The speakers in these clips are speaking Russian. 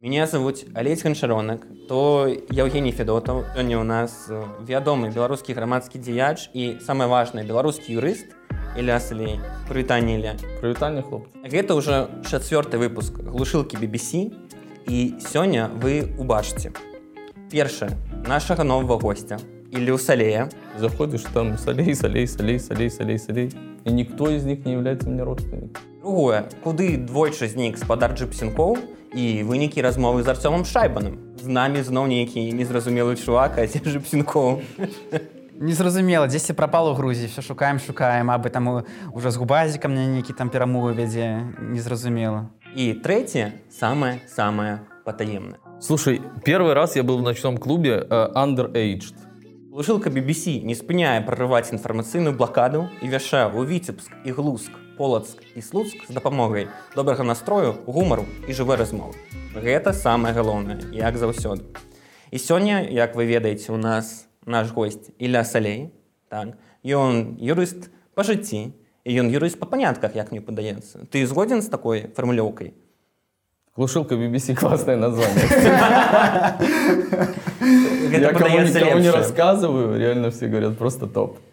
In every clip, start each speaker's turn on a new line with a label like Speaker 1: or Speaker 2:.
Speaker 1: Меня зовут Алесь Ганшаронак, то Евгений Федотов. Сёння у нас э, вядомы беларускі грамадскі дзеяч і самае важнае беларускі юрыст Іляс Алей. Прывітанне Іля.
Speaker 2: Прывітанне хлопцы.
Speaker 1: Гэта ўжо чацвёрты выпуск глушылкі BBC і сёння вы убачыце. Першае нашага новага госця Ілю Салея.
Speaker 2: Заходишь там солей, солей, солей, солей, солей, солей. И никто из них не является мне родственником.
Speaker 1: Другое, куды двойчы знік спадар джипсінкоў і вынікі размовы з арцёмам шайбаным. З намі зноў нейкі незразумелы чувак адзе жыпсінкоў.
Speaker 3: Незразумела, дзесьці прапала ў Грузіі, все шукаем, шукаем, абы там ўжо з губазікам мне нейкі там перамовы вядзе, незразумела.
Speaker 1: І трэцяе самае самае патаемнае.
Speaker 2: Слушай, первый раз я был в ночном клубе э, Underaged.
Speaker 1: Глушылка BBC не спыняе прарываць інфармацыйную блакаду і вяшае ў віцебск і глуск, полацк і слуцк з дапамогай добрага настрою, гумару і жывой размовы. Гэта самае галоўнае, як заўсёды. І сёння, як вы ведаеце, у нас наш госць Іля Салей, так. Ён юрыст па жыцці, і ён юрыст па панятках, як мне падаецца. Ты згодзін з такой фармулёўкай?
Speaker 2: Глушилка BBC классное название.
Speaker 1: Гэта
Speaker 2: Я кому
Speaker 1: падаецца
Speaker 2: никому не
Speaker 1: лепшае.
Speaker 2: рассказываю, реально все говорят просто топ.
Speaker 1: А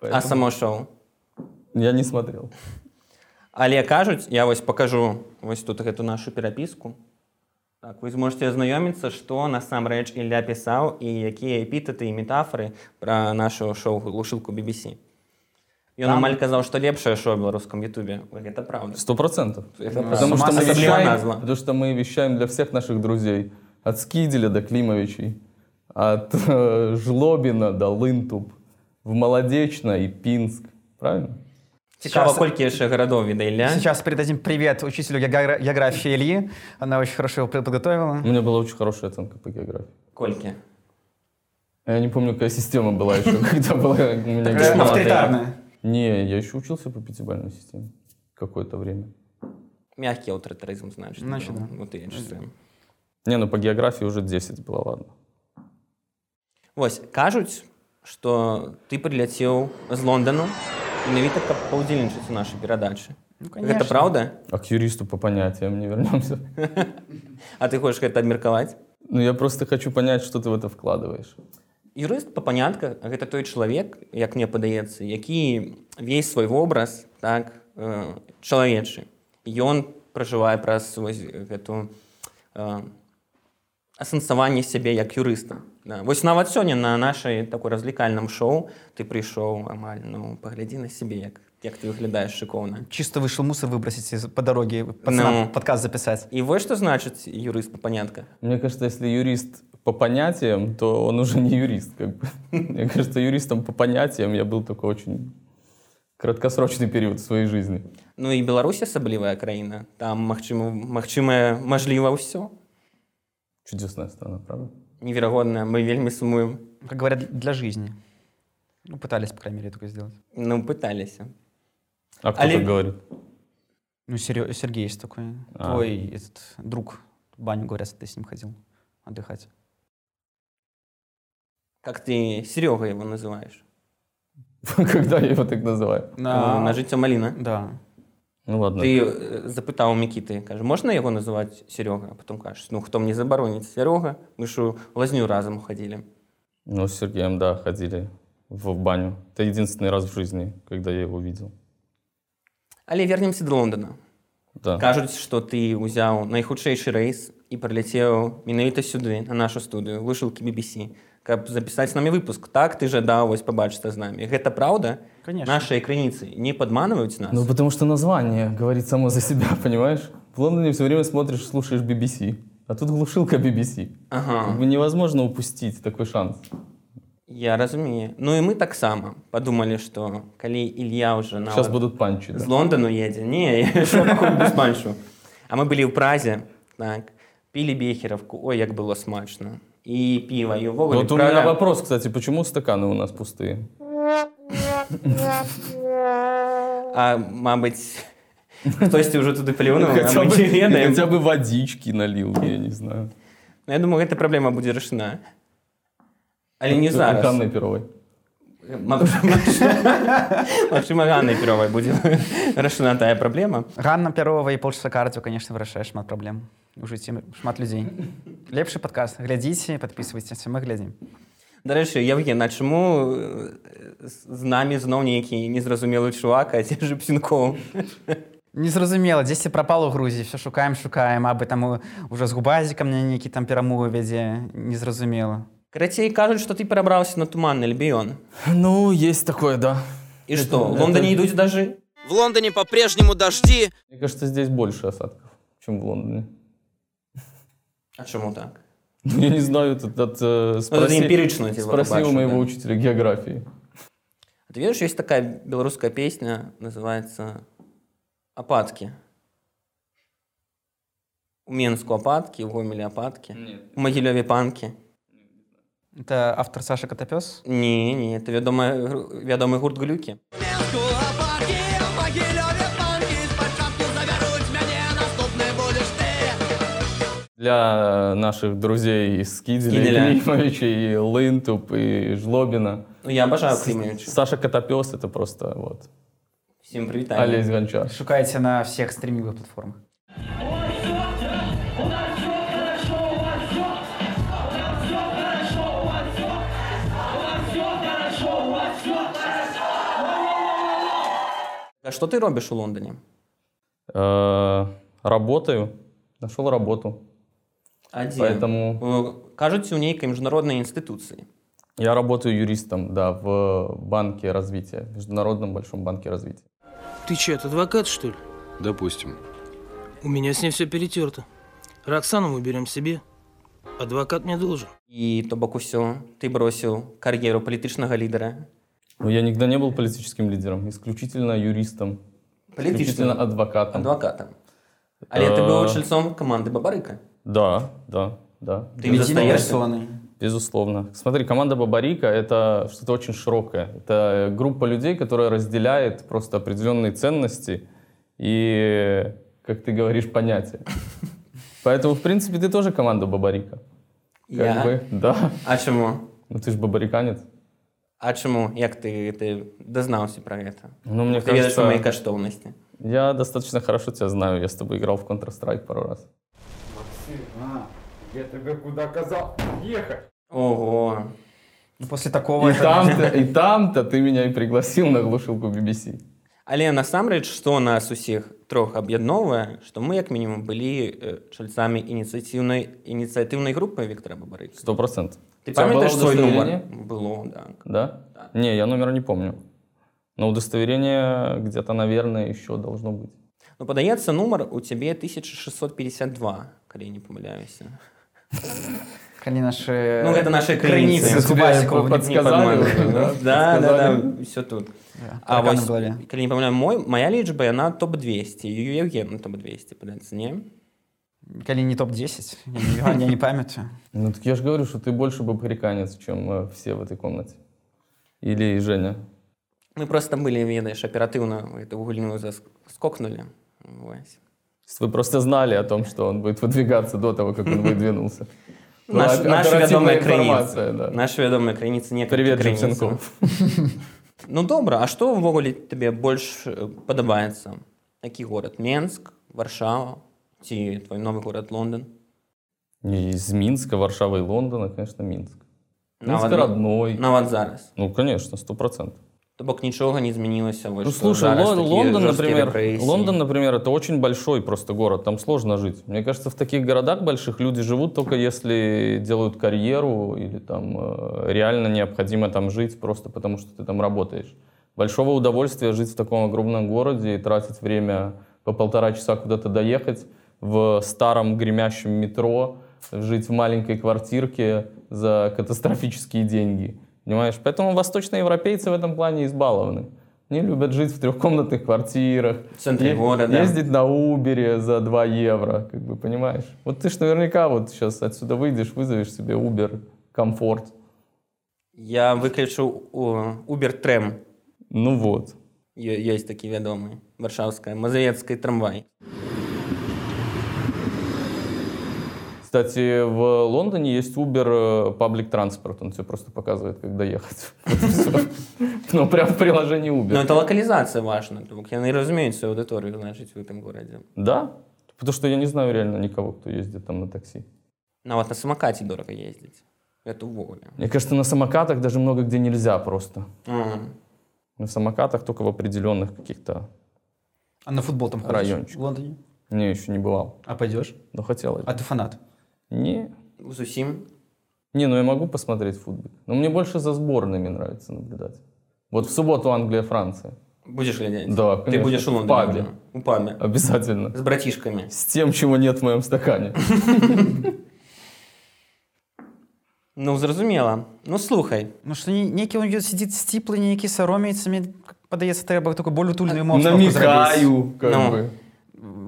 Speaker 2: Поэтому
Speaker 1: само шоу.
Speaker 2: Я не смотрел.
Speaker 1: Але кажуць, я вось пакажу вось тут гэту нашу перапіску. Так, вы зможаце азнаёміцца, што насамрэч Ілля пісаў і якія эпітэты і метафары пра нашу шоу глушылку BBC. Ён
Speaker 3: Там-
Speaker 1: амаль казаў, што лепшае шоу ў беларускам Ютубе. Гэта праўда.
Speaker 2: Сто процентов.
Speaker 1: Это
Speaker 2: Потому
Speaker 1: просто
Speaker 2: что, мы
Speaker 1: масса
Speaker 2: вещаем,
Speaker 1: назва.
Speaker 2: потому что мы вещаем для всех наших друзей. От Скиделя до Климовичей. От э, Жлобина до Лынтуб. В Молодечно и Пинск. Правильно?
Speaker 1: Цікава,
Speaker 3: Сейчас-
Speaker 1: колькі яшчэ гарадоў веда Ілля.
Speaker 3: Сейчас передадим привет учителю геогра- географии Ильи. Она очень хорошо его подготовила.
Speaker 1: Ну,
Speaker 2: У меня была очень хорошая оценка по географии.
Speaker 1: Колькі?
Speaker 2: Я не помню, какая система была еще, когда была у меня
Speaker 1: ты
Speaker 2: география.
Speaker 1: что?
Speaker 3: Авторитарная.
Speaker 2: Не, я еще учился по пятибалльной системе какое-то время.
Speaker 1: Мягкі аўтарытарызм, значит.
Speaker 3: Значит,
Speaker 1: ну,
Speaker 3: да.
Speaker 1: Вот і іншае.
Speaker 2: Не, ну по географии уже 10 было, ладно.
Speaker 1: Вось кажуць, што ты прыляцеў з Лондану менавіта каб паўдзельнічаць так у нашай перадачы.
Speaker 3: Ну,
Speaker 1: Гэта праўда?
Speaker 2: А к юристу по понятиям не вернемся.
Speaker 1: А ты хочаш гэта абмеркаваць?
Speaker 2: Ну я просто хочу понять, что ты в это вкладываешь.
Speaker 1: Юрыст па панятках гэта той чалавек, як мне падаецца, які весь свой вобраз так э, чалавечы. Ён пражывае праз вось гэту э, асэнсаванне сябе як юрыста. Да. Вось нават сёння на нашай такой развлекальным шоу ты прыйшоў амаль ну паглядзі на сябе як як ты выглядаеш шыкоўна.
Speaker 3: Чисто вышел мусор выбросить из- по дороге, пацанам
Speaker 1: Ну.
Speaker 3: подкаст записать.
Speaker 1: І вось што значыць юрыст па панятках.
Speaker 2: Мне кажется, если юрист по понятиям, то он уже не юрист. Как бы. Мне кажется, юристом по понятиям я был только очень краткосрочный период в своей жизни.
Speaker 1: Ну і Беларусь асаблівая краіна, там магчыма магчымае мажліва ўсё.
Speaker 2: Чудесная страна, правда?
Speaker 1: неверагодна мы вельмі сумуем
Speaker 3: Как говорят, для жизни. Ну, пытались, по крайней мере, такое сделать.
Speaker 1: ну пыталіся
Speaker 2: А кто
Speaker 1: Али-
Speaker 2: так говорит?
Speaker 3: Ну, Серё- Сергей есть такой.
Speaker 2: А.
Speaker 3: Твой этот друг. В баню, говорят, ты с ним ходил отдыхать.
Speaker 1: как ты серега его называешь
Speaker 2: Когда я его так называю?
Speaker 1: Э, на жыццё маліна
Speaker 3: Да.
Speaker 2: Ну ладно.
Speaker 1: ты э, запытаў у мікіты кажа можна яго называць серега потом кажаш ну хто мне забароніць серега мы ж у лазню разам хадзілі
Speaker 2: Ну, с Сергеем, да, ходили в баню. Это единственный раз в жизни, когда я его видел.
Speaker 1: але вернемся до лондона
Speaker 2: Да.
Speaker 1: кажуць што ты ўзяў найхутчэйшы рэйс і прыляцеў менавіта сюды на нашу студыю вышылкі BBC каб запісаць з намі выпуск так ты жадаў вось пабачыцца з намі гэта праўда
Speaker 3: Конечно.
Speaker 1: нашыя крыніцы не падманваюць нас
Speaker 2: Ну, потому что название говорит само за себя, понимаешь? В Лондоне все время смотришь, слушаешь BBC. А тут глушилка BBC.
Speaker 1: ага.
Speaker 2: Как бы невозможно упустить такой шанс.
Speaker 1: Ну Я разумею. Ну і мы таксама падумалі, што калі Ілья ўжо на
Speaker 2: Сейчас будут панчи. да.
Speaker 1: з Лондану едзе, не беспанчу. А мы былі ў празе, так, пілі бехеравку, ой, як было смачна. І піва, і ўвогуле
Speaker 2: Вот у
Speaker 1: пра-
Speaker 2: меня вопрос, кстати, почему стаканы у нас пустые?
Speaker 1: А мабыць, хтосьці ўжо туды плюнуў, а
Speaker 2: хотя,
Speaker 1: мы
Speaker 2: бы,
Speaker 1: не ведаем.
Speaker 2: хотя бы водички налил, я не знаю.
Speaker 1: Ну, Я думаю, гэта праблема будзе рашана. Але А
Speaker 2: Э,
Speaker 1: не зараз. Э,
Speaker 2: Канной пировой.
Speaker 1: Магчыма, Магчыма, Ганнай Піровай будзе рашана тая праблема.
Speaker 3: Ганна Перова и полчаса кардио, конечно, вырашаешь шмат проблем. ўжыце шмат людзей лепшы падказ глядзіце подписывайтеся мы глядзім
Speaker 1: Дарэчы Евген а чаму э, з з намі зноў нейкі незразумелы чувак а адзежы псінкоў
Speaker 3: Незразумела, дзесьці прапал у Грузіі, все шукаем, шукаем, абы там уже з губазікам мне нейкі там перамовы вядзе, незразумела.
Speaker 1: карацей кажуць што ты перабраўся на туманны льбіён
Speaker 2: Ну, есть такое, да.
Speaker 1: і
Speaker 2: Это-
Speaker 1: што в
Speaker 2: это-
Speaker 1: Лондоне ідуць дажы
Speaker 4: В Лондоне по-прежнему дожди.
Speaker 2: Мне кажется, здесь больше осадков, чем в Лондоне.
Speaker 1: А чаму так
Speaker 2: Ну, Я не знаю, это, это,
Speaker 1: Ну,
Speaker 2: э, спроси-
Speaker 1: эмпирично, типа,
Speaker 2: спроси у
Speaker 1: побачишь,
Speaker 2: моего
Speaker 1: да.
Speaker 2: учителя географии.
Speaker 1: А ты ведаешь есть такая беларуская песня называется ападкі у менску ападкі у гомелі ападкі у магілёве панкі
Speaker 3: Это автор Саша Котопёс.
Speaker 1: не не это вядома гру- вядомы гурт глюкі
Speaker 2: Для наших друзей из Киделя,
Speaker 1: Киделя.
Speaker 2: и Климовича, и Лынтуп, и Жлобина.
Speaker 1: Ну я обожаю Клімович
Speaker 2: Саша Котопес это просто вот.
Speaker 1: всім прывітанне
Speaker 2: Олесь Гончар.
Speaker 3: Шукайте на всех стриминговых платформах.
Speaker 1: А што ты робіш у Лондоне
Speaker 2: Э, Работаю. Нашел работу.
Speaker 1: адзін
Speaker 2: Поэтому
Speaker 1: кажуць Э, у нейкай міжнароднай інстытуцыі
Speaker 2: я работаю юристом, да, в банке развития, в Международном большом банке развития.
Speaker 5: Ты че, это адвокат, что ли?
Speaker 6: Допустим.
Speaker 5: У меня с ней все перетерто. Роксану мы берем себе. Адвокат мне должен.
Speaker 1: і то бок усё ты бросіў кар'еру палітычнага лідара
Speaker 2: Ну, я никогда не был политическим лидером, исключительно юристом, исключительно
Speaker 1: палітычна
Speaker 2: адвокатом.
Speaker 1: адвакатам але ты быў
Speaker 2: Э,
Speaker 1: чальцом каманды бабарыка
Speaker 2: Да, да, да.
Speaker 1: Ты не застаешься?
Speaker 2: Безусловно. Смотри, команда Бабарика — это что-то очень широкое. Это группа людей, которая разделяет просто определенные ценности и, как ты говоришь, понятия. Поэтому, в принципе, ты тоже команда Бабарика.
Speaker 1: Я?
Speaker 2: Как бы, да.
Speaker 1: А чаму?
Speaker 2: Ну, ты же бабариканец.
Speaker 1: А чаму як ты ты дазнаўся пра гэта?
Speaker 2: Ну, мне
Speaker 1: Ты ведаеш
Speaker 2: кажется,
Speaker 1: пра мае каштоўнасці.
Speaker 2: я достаточно хорошо тебя знаю. Я с тобой играл в Counter-Strike пару раз.
Speaker 7: Я тебе куда казав ехать.
Speaker 1: Ого.
Speaker 3: Ну, после такого
Speaker 2: И
Speaker 3: это-
Speaker 2: там-то, и там-то ты меня и пригласил на глушилку BBC.
Speaker 1: Але насамрэч, што нас усіх трох аб'ядноўвае, што мы як мінімум былі э, чальцамі ініцыятыўнай ініцыятыўнай групы Віктора Бабарыка.
Speaker 2: Сто процентов.
Speaker 1: Ты
Speaker 2: У тебя
Speaker 1: памятаеш
Speaker 2: было
Speaker 1: свой нумар?
Speaker 2: удостоверение?
Speaker 1: Было, да.
Speaker 2: Да?
Speaker 1: Да.
Speaker 2: Не, я номера не помню. Но удостоверение где-то, наверное, еще должно быть.
Speaker 1: Ну, падаецца, нумар у цябе 1652, калі я не памыляюся.
Speaker 3: Калі нашы...
Speaker 1: Ну, гэта наши крыніцы.
Speaker 3: крыніцы з губасікаў.
Speaker 2: Под-
Speaker 1: Не
Speaker 2: Сказали
Speaker 1: падманвай.
Speaker 2: уже, да?
Speaker 1: Да, да,
Speaker 2: Сказали.
Speaker 1: да, все тут.
Speaker 3: Да,
Speaker 1: А
Speaker 3: тараканы
Speaker 1: вось,
Speaker 3: в голове.
Speaker 1: калі не памыляю мой моя лічба яна топ-200 і у Евгена топ-200 падаецца не
Speaker 3: Калі не топ-10, я не, я не памятаю.
Speaker 2: Ну так я же говорю, что ты больше бабариканец, чем э, все в этой комнате. Или и Женя.
Speaker 1: мы просто былі ведаеш аператыўна эту гульню заск- скокнули Вось.
Speaker 2: То есть Вы просто знали о том, что он будет выдвигаться до того, как он выдвинулся. Была
Speaker 1: Наш-
Speaker 2: Ну, оп-
Speaker 1: наша
Speaker 2: оперативная
Speaker 1: вядомая крыніца
Speaker 2: информация, да.
Speaker 1: наша вядомая крыніца не
Speaker 2: Привет, Жевченков.
Speaker 1: Ну добра А што ўвогуле табе больш э, падабаецца які горад Менск варшава ці твой новы горад Лондон
Speaker 2: Не, Из Минска, Варшавы и Лондона, конечно, Минск. Минск
Speaker 1: Нават-
Speaker 2: родной.
Speaker 1: нават зараз
Speaker 2: Ну, конечно, сто процентов.
Speaker 1: то бок нічога не змянілася вось,
Speaker 2: Ну,
Speaker 1: што
Speaker 2: слушай,
Speaker 1: зараз
Speaker 2: Лон-
Speaker 1: такія
Speaker 2: Лондон,
Speaker 1: жорсткія
Speaker 2: например,
Speaker 1: рэпрэсіі.
Speaker 2: Лондон, например, это очень большой просто город, там сложно жить. Мне кажется, в таких городах больших люди живут только если делают карьеру или там э, реально необходимо там жить просто потому, что ты там работаешь. Большого удовольствия жить в таком огромном городе и тратить время по полтора часа куда-то доехать в старом гремящем метро, жить в маленькой квартирке за катастрофические деньги. Понимаешь? Поэтому восточноевропейцы в этом плане избалованы. Они любят жить в трехкомнатных квартирах,
Speaker 1: В центре
Speaker 2: е-
Speaker 1: города, да.
Speaker 2: ездить на Убере за 2 евро, как бы понимаешь. Вот ты ж наверняка вот сейчас отсюда выйдешь, вызовешь себе Убер, комфорт.
Speaker 1: я выключыў убер трэм
Speaker 2: Ну вот.
Speaker 1: Е- ёсць такі вядомы варшаўская мазавецкай трамвай
Speaker 2: Кстати, в Лондоне есть Uber э, Public Transport, он тебе просто показывает, как доехать. Вот и всё. Ну, прям в приложении
Speaker 1: но
Speaker 2: Uber.
Speaker 1: это локалізацыя важна то бок яны разумеюць сваю аўдыторыю значыць у тым горадзе
Speaker 2: Да, Потому что я не знаю реально никого, кто ездит там на такси.
Speaker 1: Ну вот на самокате дорого ездить. Это уволили.
Speaker 2: Мне кажется, на самокатах даже много где нельзя просто.
Speaker 1: М.
Speaker 2: На самокатах только в определенных каких-то...
Speaker 3: А на футбол там ходишь?
Speaker 2: Райончик.
Speaker 3: В Лондоне?
Speaker 2: Не, еще не бывал.
Speaker 3: А пойдешь?
Speaker 2: Но хотелось. бы.
Speaker 3: А ты фанат?
Speaker 2: Не.
Speaker 1: Зусим.
Speaker 2: Не, ну я могу посмотреть футбол. Но мне больше за сборными нравится наблюдать. Вот в субботу Англия-Франция.
Speaker 1: Будешь глядеть?
Speaker 2: Да,
Speaker 1: Ты
Speaker 2: конечно.
Speaker 1: будешь в
Speaker 2: В
Speaker 1: Лондоне.
Speaker 2: пабе.
Speaker 1: наверное. У пабе.
Speaker 2: Обязательно.
Speaker 1: С братишками.
Speaker 2: С тем, чего нет в моем стакане.
Speaker 1: Ну, зразумела. Ну, слухай.
Speaker 3: Ну что ні- некі ён сидит сціплы нейкі саромеецца мне падаецца трэба такой боль утульную
Speaker 2: Намекаю, как
Speaker 1: Ну.
Speaker 2: бы.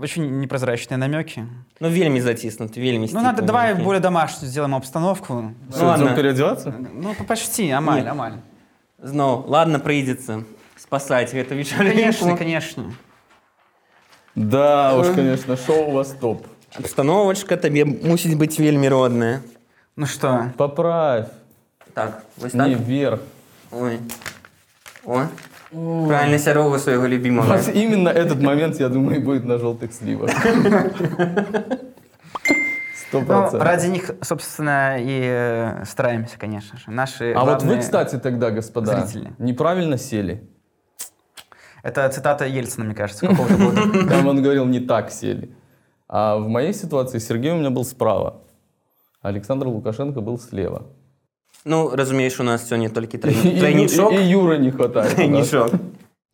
Speaker 3: очень непрозрачные намеки
Speaker 1: Ну, вельми затиснут, вельми
Speaker 3: ну надо
Speaker 1: стиснут.
Speaker 3: давай более домашнюю сделаем обстановку
Speaker 2: Всё,
Speaker 1: ладно.
Speaker 2: идём переодеваться?
Speaker 3: ну п- почти амаль
Speaker 1: Нет.
Speaker 3: амаль
Speaker 1: Ну, ладно, прийдется спасать эту вечеринку.
Speaker 3: конечно конечно
Speaker 2: Да, уж, конечно, шоу у вас топ.
Speaker 1: Обстановочка тебе мусить быть вельми родная.
Speaker 3: ну что
Speaker 2: Поправь.
Speaker 1: Так, ось так.
Speaker 2: Не вверх.
Speaker 1: Ой. О. Правильно ся рогу своего любимого.
Speaker 2: Вот именно этот момент, я думаю, и будет на желтых сливах. Сто
Speaker 3: ну,
Speaker 2: процентов.
Speaker 3: ради них собственно и э, стараемся конечно же наши
Speaker 2: А вот вы,
Speaker 3: главные-
Speaker 2: кстати, тогда, господа,
Speaker 3: зрители.
Speaker 2: неправильно сели.
Speaker 3: это цитата Ельцина мне кажется какого-то года
Speaker 2: Там он говорил, не так сели. А в моей ситуации Сергей у меня был справа, а Александр Лукашенко был слева.
Speaker 1: Ну, разумеешь, у нас сегодня только
Speaker 2: И,
Speaker 1: тройни-
Speaker 2: Ю-
Speaker 1: тройничок.
Speaker 2: и- и Юры не хватает.
Speaker 1: Тройничок.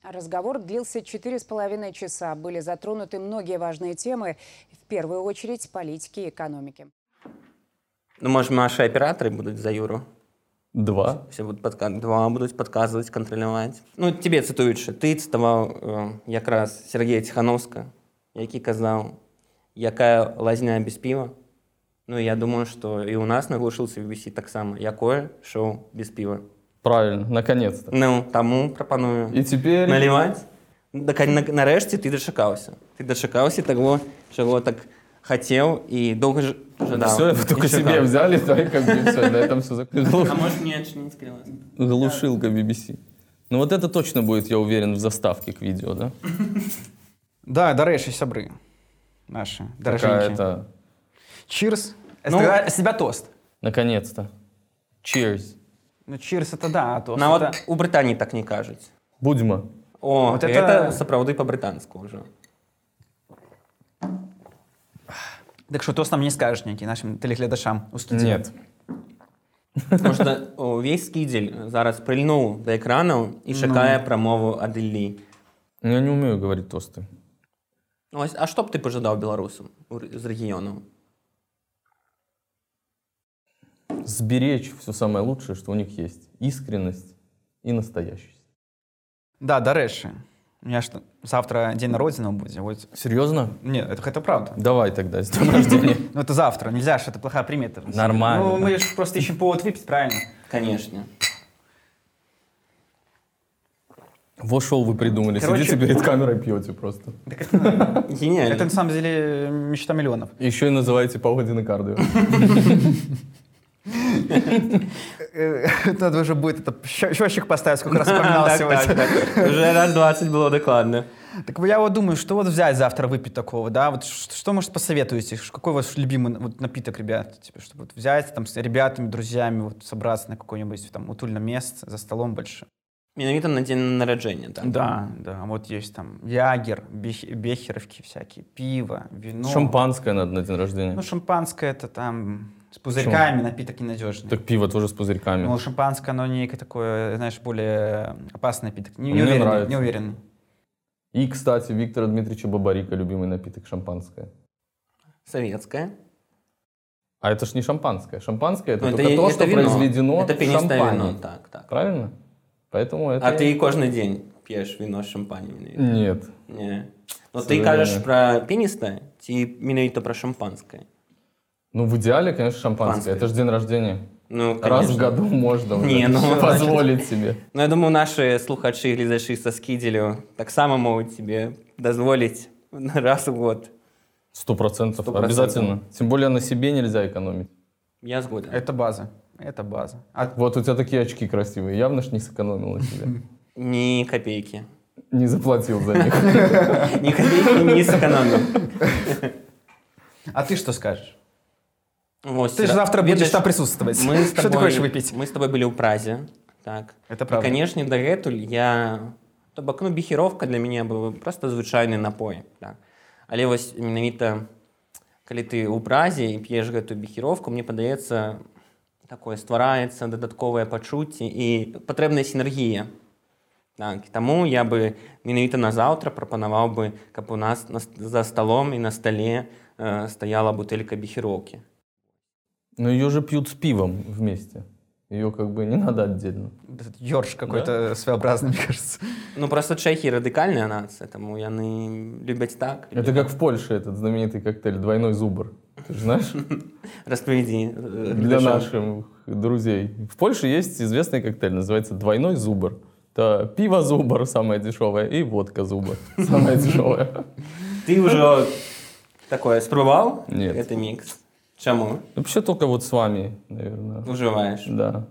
Speaker 6: Разговор длился четыре с половиной часа. Были затронуты многие важные темы, в первую очередь политики и экономики.
Speaker 1: Ну, может, наши операторы будут за Юру.
Speaker 2: Два.
Speaker 1: Все будут подка- два будуть подказывать, контролювати. Ну, тебе цитуючи, ти цитував е, э, якраз Сергія Тихановська, який казав, яка лазня без пива. Ну, я думаю, що і у нас наглушився BBC так само. Якое шоу без пива.
Speaker 2: Правильно, наконец-то.
Speaker 1: Ну, тому пропоную
Speaker 2: И теперь...
Speaker 1: наливати. Так, на- нарешті ти дочекався. Ти дочекався того, чого так хотів і довго ж ждав.
Speaker 2: Все, только
Speaker 1: І чекав.
Speaker 2: себе взяли, да, и как бы все, на этом все закончилось.
Speaker 1: А може, ні, чи не скривати?
Speaker 2: Глушилка BBC. Ну вот это точно будет, я уверен, в заставке к видео, да?
Speaker 3: да дарэйши сябры наши дороженькие
Speaker 2: Какая-то...
Speaker 3: чирс
Speaker 1: Ну.
Speaker 3: себя тост
Speaker 2: Наконец-то. Cheers.
Speaker 3: ну чирс это да а тост
Speaker 1: Ну,
Speaker 3: это-
Speaker 1: от у Британії так не кажуть.
Speaker 2: Будьмо.
Speaker 1: О,
Speaker 3: От
Speaker 1: це
Speaker 3: это-
Speaker 1: сапраўды по-британску вже.
Speaker 3: Так что тост нам не скажешь некий нашим телеглядачам у студии.
Speaker 2: Нет.
Speaker 1: Тому що о, весь скідзель зараз прильнув до екрану і чекає промову Аделі.
Speaker 2: Я не умею говорить тосты.
Speaker 1: Ось, а що б ти пожадав білорусам у р- з регіону?
Speaker 2: Сберечь все самое лучшее, что у них есть. Искренность и настоящесть.
Speaker 3: Да, дарэчы. У меня что, завтра день народина будет. Вот.
Speaker 2: Серьезно?
Speaker 3: Нет, это, это правда.
Speaker 2: Давай тогда, с днем рождения.
Speaker 3: Ну это завтра, нельзя, что это плохая примета.
Speaker 2: Нормально.
Speaker 3: Ну мы же просто ищем повод выпить, правильно?
Speaker 1: Звісно.
Speaker 2: Вот шоу вы придумали.
Speaker 3: Короче-
Speaker 2: Сидите перед камерой, пьете просто.
Speaker 1: Геніально.
Speaker 3: Это на самом деле мечта миллионов.
Speaker 2: Еще и называете Павла кардио.
Speaker 3: Э, Надо уже будет это щ- счетчик поставить, сколько раз вспоминал
Speaker 1: Так, так,
Speaker 3: сегодня.
Speaker 1: так. Вже раз 20 було докладно.
Speaker 3: Так я вот думаю, что вот взять завтра выпить такого, да? Вот ш- что, может, посоветуете? Ш- Какой ваш любимый вот, напиток, ребят? Типа, чтобы вот взять там с ребятами, друзьями, вот собраться на какое-нибудь там утульном место за столом большим.
Speaker 1: Мінавіта на день народження, так?
Speaker 3: Да, да, вот есть там ягер, бех- бехеровки всякие, пиво,
Speaker 1: Ну,
Speaker 3: вино.
Speaker 2: Шампанское надо на день
Speaker 3: Ну,
Speaker 2: рождения.
Speaker 3: шампанское это там с пузырьками напиток ненадежный.
Speaker 2: Так пиво тоже с пузырьками.
Speaker 3: Ну, шампанское, оно не такое, знаешь, более опасный напиток. Не, не
Speaker 2: Мне
Speaker 3: уверенный,
Speaker 2: нравится.
Speaker 3: не уверенный.
Speaker 2: И, кстати, Виктора Дмитриевича Бабарика любимый напиток шампанское.
Speaker 1: Советська.
Speaker 2: А это ж не шампанское. Шампанское это
Speaker 1: Ну,
Speaker 2: только
Speaker 1: е-
Speaker 2: то, что
Speaker 1: вино.
Speaker 2: произведено
Speaker 1: Это
Speaker 2: в
Speaker 1: пенистое
Speaker 2: шампане.
Speaker 1: вино, так, так.
Speaker 2: Правильно? Поэтому это...
Speaker 1: А ти кожен день п'єш вино з шампанем? Ні.
Speaker 2: Нет.
Speaker 1: Ні. Ну ти
Speaker 2: Сожалению.
Speaker 1: кажеш про піністе чи мінавіта про шампанське?
Speaker 2: Ну, в идеале, конечно, шампанское.
Speaker 1: Шампанское.
Speaker 2: Это же день рождения.
Speaker 1: Ну,
Speaker 2: Раз в
Speaker 1: конечно.
Speaker 2: году можно вот
Speaker 1: Не,
Speaker 2: это
Speaker 1: ну,
Speaker 2: всё
Speaker 1: значит.
Speaker 2: позволить себе.
Speaker 1: Ну, я думаю, наші слухачі і глядачі со скіділю так само можуть собі дозволити раз в год.
Speaker 2: Сто процентов.
Speaker 1: Сто процентов.
Speaker 2: Обязательно. Тем более на себе нельзя экономить.
Speaker 1: Я згоден.
Speaker 2: Э.
Speaker 3: Это база. Это база. А
Speaker 2: Хм. Вот у тебя такие очки красивые. Явно ж не сэкономила себе.
Speaker 1: Ні копійки.
Speaker 2: не заплатил за них.
Speaker 1: Ни копейки не сэкономил.
Speaker 3: А ты что скажешь?
Speaker 1: Вот,
Speaker 3: Ты же
Speaker 1: Сера,
Speaker 3: завтра будешь
Speaker 1: видишь,
Speaker 3: там присутствовать.
Speaker 1: Мы с тобой,
Speaker 3: Что ты хочешь выпить?
Speaker 1: Мы с тобой были у Празі. Так.
Speaker 3: Это правда.
Speaker 1: І, конечно, дагэтуль я... Тобак, ну, біхіровка для мене був просто звичайний напой. Так. Але ось менавіта, калі ти у Празі і п'єш гэту біхіровку, мне падаецца, такое ствараецца дадатковае пачуцце і патрэбная сінергія. Так, і таму я бы менавіта назаўтра прапанаваў бы, каб у нас на, с- за сталом і на стале э, стаяла бутэлька біхіроўкі.
Speaker 2: Но ее же пьют с пивом вместе. Ее как бы не надо отдельно.
Speaker 3: Этот Ёрш какой-то своеобразный, мне кажется.
Speaker 1: Ну просто чэхі радыкальная нацыя, таму яны любяць так.
Speaker 2: Это как в Польше этот знаменитый коктейль «Двойной зубр». Ты же знаешь?
Speaker 1: Распавядзі
Speaker 2: Для наших друзей. В Польше есть известный коктейль, называется «Двойной зубр». Это пиво зубр, самое дешевое, и водка зубр, самое дешевое.
Speaker 1: Ты ўжо такое спрабаваў
Speaker 2: Нет.
Speaker 1: гэты мікс. Чаму
Speaker 2: Вообще только вот с вами, наверное.
Speaker 1: ужываеш?
Speaker 2: Да,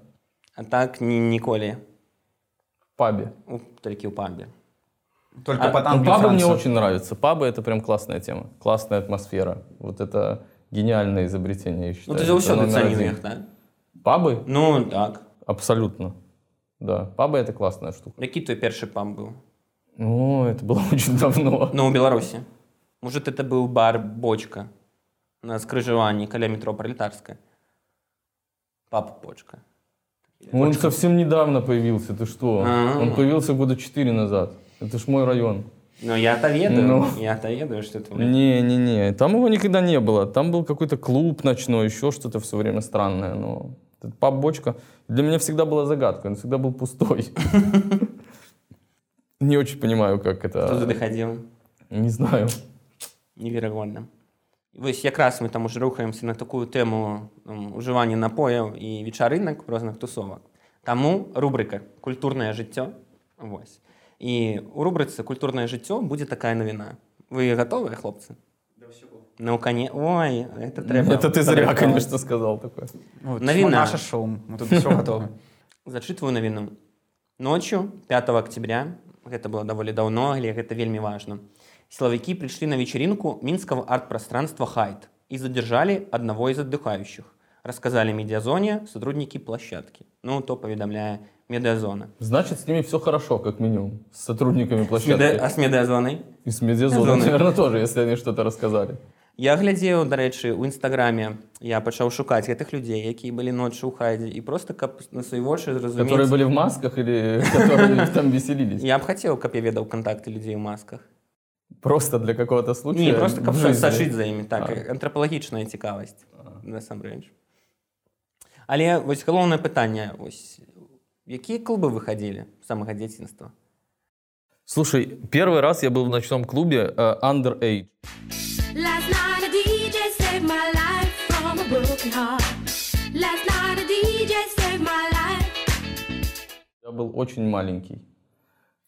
Speaker 1: А так ні, ніколі
Speaker 2: в пабе.
Speaker 1: У- толькі ў пабе.
Speaker 3: Только
Speaker 1: А,
Speaker 3: под
Speaker 1: ну,
Speaker 2: Ну,
Speaker 3: Англию и
Speaker 2: пабы мне
Speaker 3: Францию.
Speaker 2: очень нравятся. Пабы — это прям классная тема, классная атмосфера. Вот это гениальное изобретение,
Speaker 1: Ну
Speaker 2: я считаю.
Speaker 1: ты
Speaker 2: Это
Speaker 1: заўсёды
Speaker 2: номер
Speaker 1: цаніў
Speaker 2: один.
Speaker 1: іх так?
Speaker 2: Пабы?
Speaker 1: Ну так.
Speaker 2: Абсолютно. Да, пабы — это классная штука.
Speaker 1: Які твой першы пам быў?
Speaker 2: Ну, это было очень давно.
Speaker 1: Ну у Беларусі. Может это быў бар бочка на скрыжаванні каля метро пралетарская. Пап бочка.
Speaker 2: Он совсем недавно появился, ты что?
Speaker 1: А-а.
Speaker 2: Он появился года 4 назад. Это ж мой район.
Speaker 1: Ну я-то ведаю,
Speaker 2: Ну.
Speaker 1: я-то ведаю, что это.
Speaker 2: Не-не-не, там его никогда не было. Там был какой-то клуб ночной, еще что-то все время странное. Но этот пап-бочка для меня всегда была загадкой, он всегда был пустой. Не очень понимаю, как
Speaker 1: Кто туда
Speaker 2: это...
Speaker 1: ходил?
Speaker 2: Не знаю.
Speaker 1: Неверагодна. Вось якраз мы там уже рухаемся на такую тэму м, ужывання напояў і вечарынак розных тусовак. Таму рубрика культурнае жыццё вось. І у рубрыцы культурнае жыццё будзе такая навіна. Вы гатовыя хлопцы? Ну, коне... Ой, это трэба.
Speaker 2: Это ты зря,
Speaker 1: падрыхтаваць.
Speaker 2: конечно, сказал такое.
Speaker 3: Вот,
Speaker 1: Новина.
Speaker 3: Наше шоу. Мы тут все готово.
Speaker 1: Зачытваю навіну. Ночью 5 октября, гэта было даволі даўно, але гэта вельмі важна. Силовики пришли на вечеринку минского арт-пространства «Хайт» и задержали одного из отдыхающих. Рассказали медиазоне сотрудники площадки. Ну, то поведомляя медиазона.
Speaker 2: Значит, с ними все хорошо, как минимум. С сотрудниками
Speaker 1: С меди- А
Speaker 2: площадки.
Speaker 1: с медиазоной?
Speaker 2: И с медиазоной,
Speaker 1: Медиазоной.
Speaker 2: наверное, тоже, если они что-то рассказали.
Speaker 1: Я глядзеў, дарэчы, у нстаграме я пачаў шукаць гэтых людзей, якія былі ноччу ў хайдзе і просто каб на свае вочы зразумець.
Speaker 2: Которые были в масках или которые там веселились?
Speaker 1: Я б хацеў, каб я ведаў контакты людзей у масках.
Speaker 2: Просто для какого-то случая?
Speaker 1: Не, просто
Speaker 2: в
Speaker 1: каб са-
Speaker 2: жизни.
Speaker 1: сачыць за імі так
Speaker 2: ну, А.
Speaker 1: антрапалагічная цікавасць насамрэч але вось галоўнае пытанне ось якія клубы выходили з самага дзяцінства
Speaker 2: Слушай, первый раз я был в ночном клубе э, Underage.
Speaker 8: Last night a DJ saved my life from a broken heart. Last night a DJ saved my life.
Speaker 2: Я был очень маленький.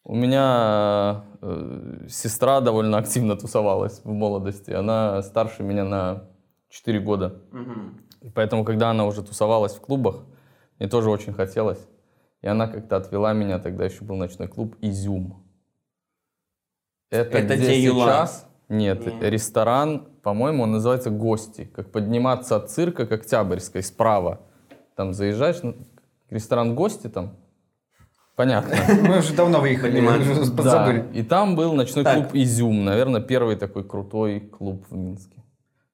Speaker 2: У меня э, сестра довольно активно тусовалась в молодости. Она старше меня на 4 года. И Поэтому, когда она уже тусовалась в клубах, мне тоже очень хотелось. И она как-то отвела меня, тогда еще был ночной клуб «Изюм». Это,
Speaker 1: Это
Speaker 2: где
Speaker 1: где Юла?
Speaker 2: сейчас? Нет,
Speaker 1: Нет.
Speaker 2: ресторан, по-моему, он называется «Гости». Как подниматься от цирка к Октябрьской справа. Там заезжаешь, ну, ресторан «Гости» там. Понятно.
Speaker 3: Мы уже давно выехали, мы
Speaker 1: Понимаю.
Speaker 3: уже
Speaker 2: Да.
Speaker 3: подзабыли.
Speaker 2: И там был ночной
Speaker 1: Так.
Speaker 2: клуб «Изюм». Наверное, первый такой крутой клуб в Минске.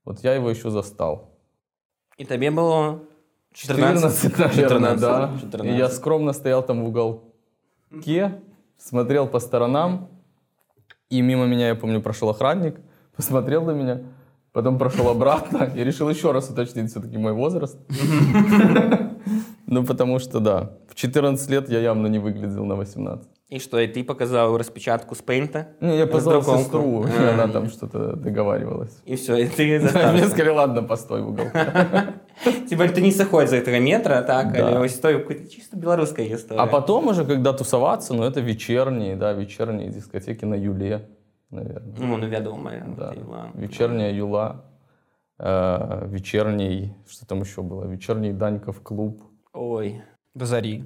Speaker 2: Вот я его еще застал.
Speaker 1: і табе было
Speaker 2: 14, наверное,
Speaker 1: 14,
Speaker 2: да.
Speaker 1: 14.
Speaker 2: И я скромно стоял там в уголке, смотрел по сторонам, и мимо меня, я помню, прошел охранник, посмотрел на меня, потом прошел обратно и решил еще раз уточнить все-таки мой возраст. Ну, потому что, да, в 14 лет я явно не выглядел на 18.
Speaker 1: і што і ты паказаў распечатку з пейнта
Speaker 2: Ну, я позвал
Speaker 1: Раздруковку.
Speaker 2: сестру, и она там что-то договаривалась.
Speaker 1: і все і ты
Speaker 2: Мне
Speaker 1: застаўся.
Speaker 2: сказали, ладно, постой в уголке.
Speaker 1: Цебаль ты не сыходзь за гэтага метра так
Speaker 2: Да.
Speaker 1: але вось той какой-то чисто беларуская гісторыя
Speaker 2: А потом уже, когда тусоваться, ну, это вечерние, да, вечерние дискотеки на Юле, наверное.
Speaker 1: ну, ну вядомая
Speaker 2: Да.
Speaker 1: ты, ладно.
Speaker 2: Вечерняя Юла, э, вечерний, что там еще было, вечерний Даньков клуб.
Speaker 1: ой
Speaker 3: До зари.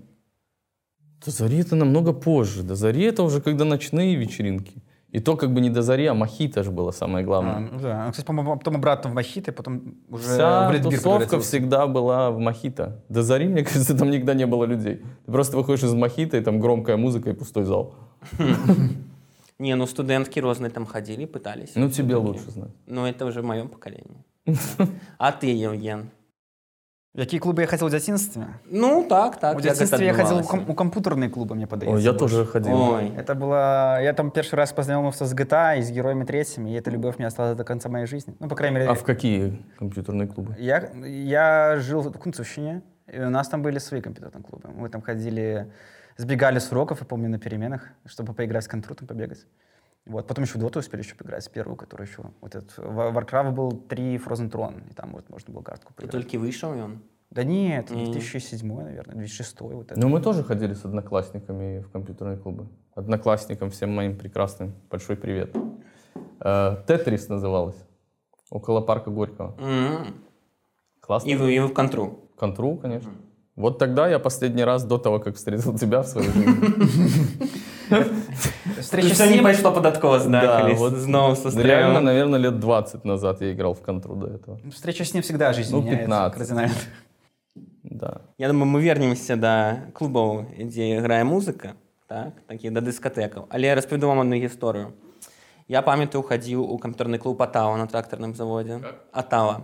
Speaker 2: До зари это намного позже. До зари это уже когда ночные вечеринки. И то как бы не до зари, а мохито же было самое
Speaker 3: А,
Speaker 2: главное.
Speaker 3: ну да. А, Кстати, по-моему, потом обратно в мохито, и потом уже
Speaker 2: Вся
Speaker 3: в Литбир
Speaker 2: тусовка
Speaker 3: превратился.
Speaker 2: всегда была в мохито. До зари, мне кажется, там никогда не было людей. Ты просто выходишь из мохито, и там громкая музыка и пустой зал.
Speaker 1: Не, ну студентки разные там ходили, пытались.
Speaker 2: Ну тебе
Speaker 1: Всё-таки.
Speaker 2: лучше знать.
Speaker 1: Ну, это уже в моем поколении. А ты, Евген?
Speaker 3: В какие клубы я ходил в детстве?
Speaker 1: Ну, так, так.
Speaker 3: в
Speaker 1: як
Speaker 3: детстве я
Speaker 1: это
Speaker 3: ходил в
Speaker 1: відбувалося?
Speaker 3: ком- у компьютерные клубы, мне подается.
Speaker 2: Ой, я
Speaker 3: больше.
Speaker 2: тоже ходил.
Speaker 1: Ой,
Speaker 3: Это было... Я там первый раз познакомился с GTA и с Героями Третьими, и эта любовь мне осталась до конца моей жизни. Ну, по крайней мере...
Speaker 2: А в какие компьютерные клубы?
Speaker 3: Я, я жил в Кунцовщине, и у нас там были свои компьютерные клубы. Мы там ходили, сбегали с уроков, я помню, на переменах, чтобы поиграть с контрутом, побегать. Вот. Потом еще в Доту успели еще поиграть, первую, которая еще... Вот этот, Ва- Warcraft был 3 Frozen Throne, и там вот можно было картку
Speaker 1: то
Speaker 3: поиграть.
Speaker 1: тільки вийшов він.
Speaker 3: Да нет,
Speaker 1: Мгм.
Speaker 3: 2007, наверное, 2006. Вот это.
Speaker 2: Ну, мы тоже ходили с одноклассниками в компьютерные клубы. Одноклассникам всем моим прекрасным большой привет. Э, Тетрис называлась. Около парка Горького.
Speaker 1: М.
Speaker 2: Классно.
Speaker 1: І в і в контру.
Speaker 2: Контру, конечно. Вот тогда я последний раз до того, как встретил тебя в своей жизни.
Speaker 1: І
Speaker 3: Встреча с
Speaker 1: все не
Speaker 3: ним-
Speaker 1: пішло податкова
Speaker 2: Да,
Speaker 1: знакалість.
Speaker 2: вот
Speaker 1: Знову
Speaker 2: Реально,
Speaker 1: сустріли.
Speaker 2: наверное, лет 20 назад я играл в контру до этого.
Speaker 3: Встреча с ним всегда жизнь
Speaker 2: Ну,
Speaker 3: меняет
Speaker 2: 15.
Speaker 3: кардинально.
Speaker 2: Да.
Speaker 1: Я думаю, ми вернемося до клубів, де грає музика, так, такі до дискотеків. Але я розповіду вам одну історію. Я пам'ятаю, ходив у комп'ютерний клуб Атава на тракторному заводі. Атава.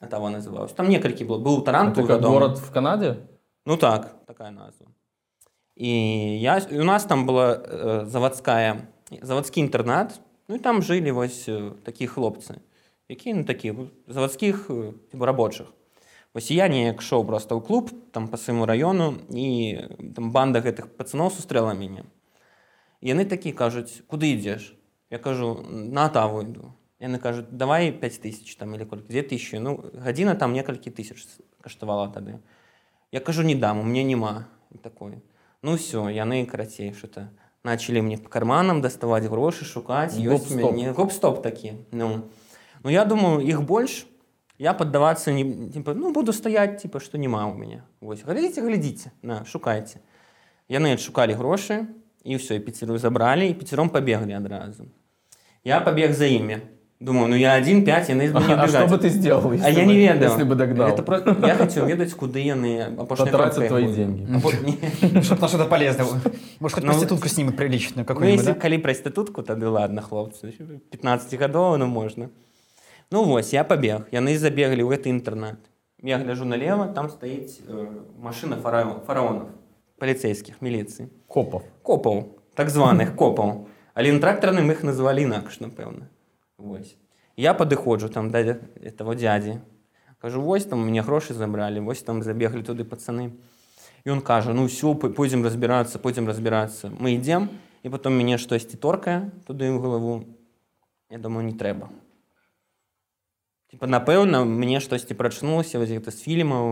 Speaker 1: Атава називався. Там некілька було. Був Тарантул,
Speaker 2: Это как
Speaker 1: відомо.
Speaker 2: город в Канаде?
Speaker 1: Ну так, такая назва. И я, и у нас там была э, заводская, заводский интернат, ну і там жили ось э, такі хлопці, які ну такі вот, заводських э, типу, робочих. Ось і я неяк шоў просто ў клуб там по свайму раёну і там банда гэтых пацаноў сустрэла мяне. І яны такі кажуць, куды ідзеш? Я кажу, на Атаву іду. Яны кажуць, давай 5 тысяч там или колькі, дзе тысячи. Ну, гадзіна там некалькі тысяч каштавала тады. Я кажу, не дам, у меня нема такой. Ну все, яны карацей что-то начали мне по карманам доставать гроши, шукать. ёсць у
Speaker 2: Гоп-стоп.
Speaker 1: мяне- Гоп-стоп такие. Ну. ну, я думаю, их больше. Я поддаваться не, типа, ну, буду стоять, типа, что нема у меня. Вот. Глядите, глядите, на, шукайте. Яны адшукалі грошы і ўсё і пяцеру забралі і пяцером пабеглі адразу. Я пабег за імі. Думаю, ну я адзін пяць яны з мяне
Speaker 2: А что
Speaker 1: бягаць.
Speaker 2: бы ты сделал,
Speaker 1: А я не ведаю.
Speaker 2: если бы догнал?
Speaker 1: Гэта про- Я хацеў ведаць, куды яны апошняй
Speaker 2: Потратят
Speaker 1: кропкай
Speaker 2: твои
Speaker 1: будуць.
Speaker 2: деньги.
Speaker 1: Апо- Не.
Speaker 3: Чтобы Ну, на что-то полезное. было. Может, хоть
Speaker 1: Ну,
Speaker 3: проститутку снимут приличную
Speaker 1: Ну,
Speaker 3: какую-нибудь,
Speaker 1: если
Speaker 3: да?
Speaker 1: калі прастытутку, тады ладно, хлопцы, ну, 15 гадоў, ну можна. Ну вось, я пабег. Яны забеглі ў гэты інтэрнат. Я гляжу налево, там стаіць э, машына фараон- фараонов, паліцэйскіх міліцыі.
Speaker 2: Копов.
Speaker 1: копаў так званых копаў але на трактарным іх называлі інакш напэўна Вось я падыходжу там да этого дядзі кажу вось там у меня грошы забралі вось там забеглі туды пацаны ён кажа ну ўсё пой- пойдзем разбірацца пойдзем разбірацца мы ідзем і потом мяне штосьці торкае туды ў галаву я думаю не трэба типа напэўна мне штосьці прачнулася вось гэта з фільмаў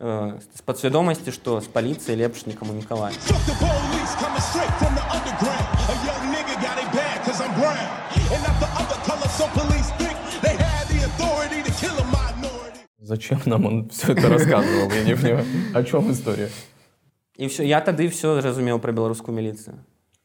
Speaker 1: э, з падсвядомасці што з паліцыі лепш не камунікаваць
Speaker 9: Fuck the police coming straight from the underground. A young nigga got it bad cause I'm brown. And not the other color, so police think they had the authority to kill a minority.
Speaker 2: Зачем нам он все это рассказывал? Я не понимаю. О чем история?
Speaker 1: І все, я тады все зразумеў пра беларускую міліцыю.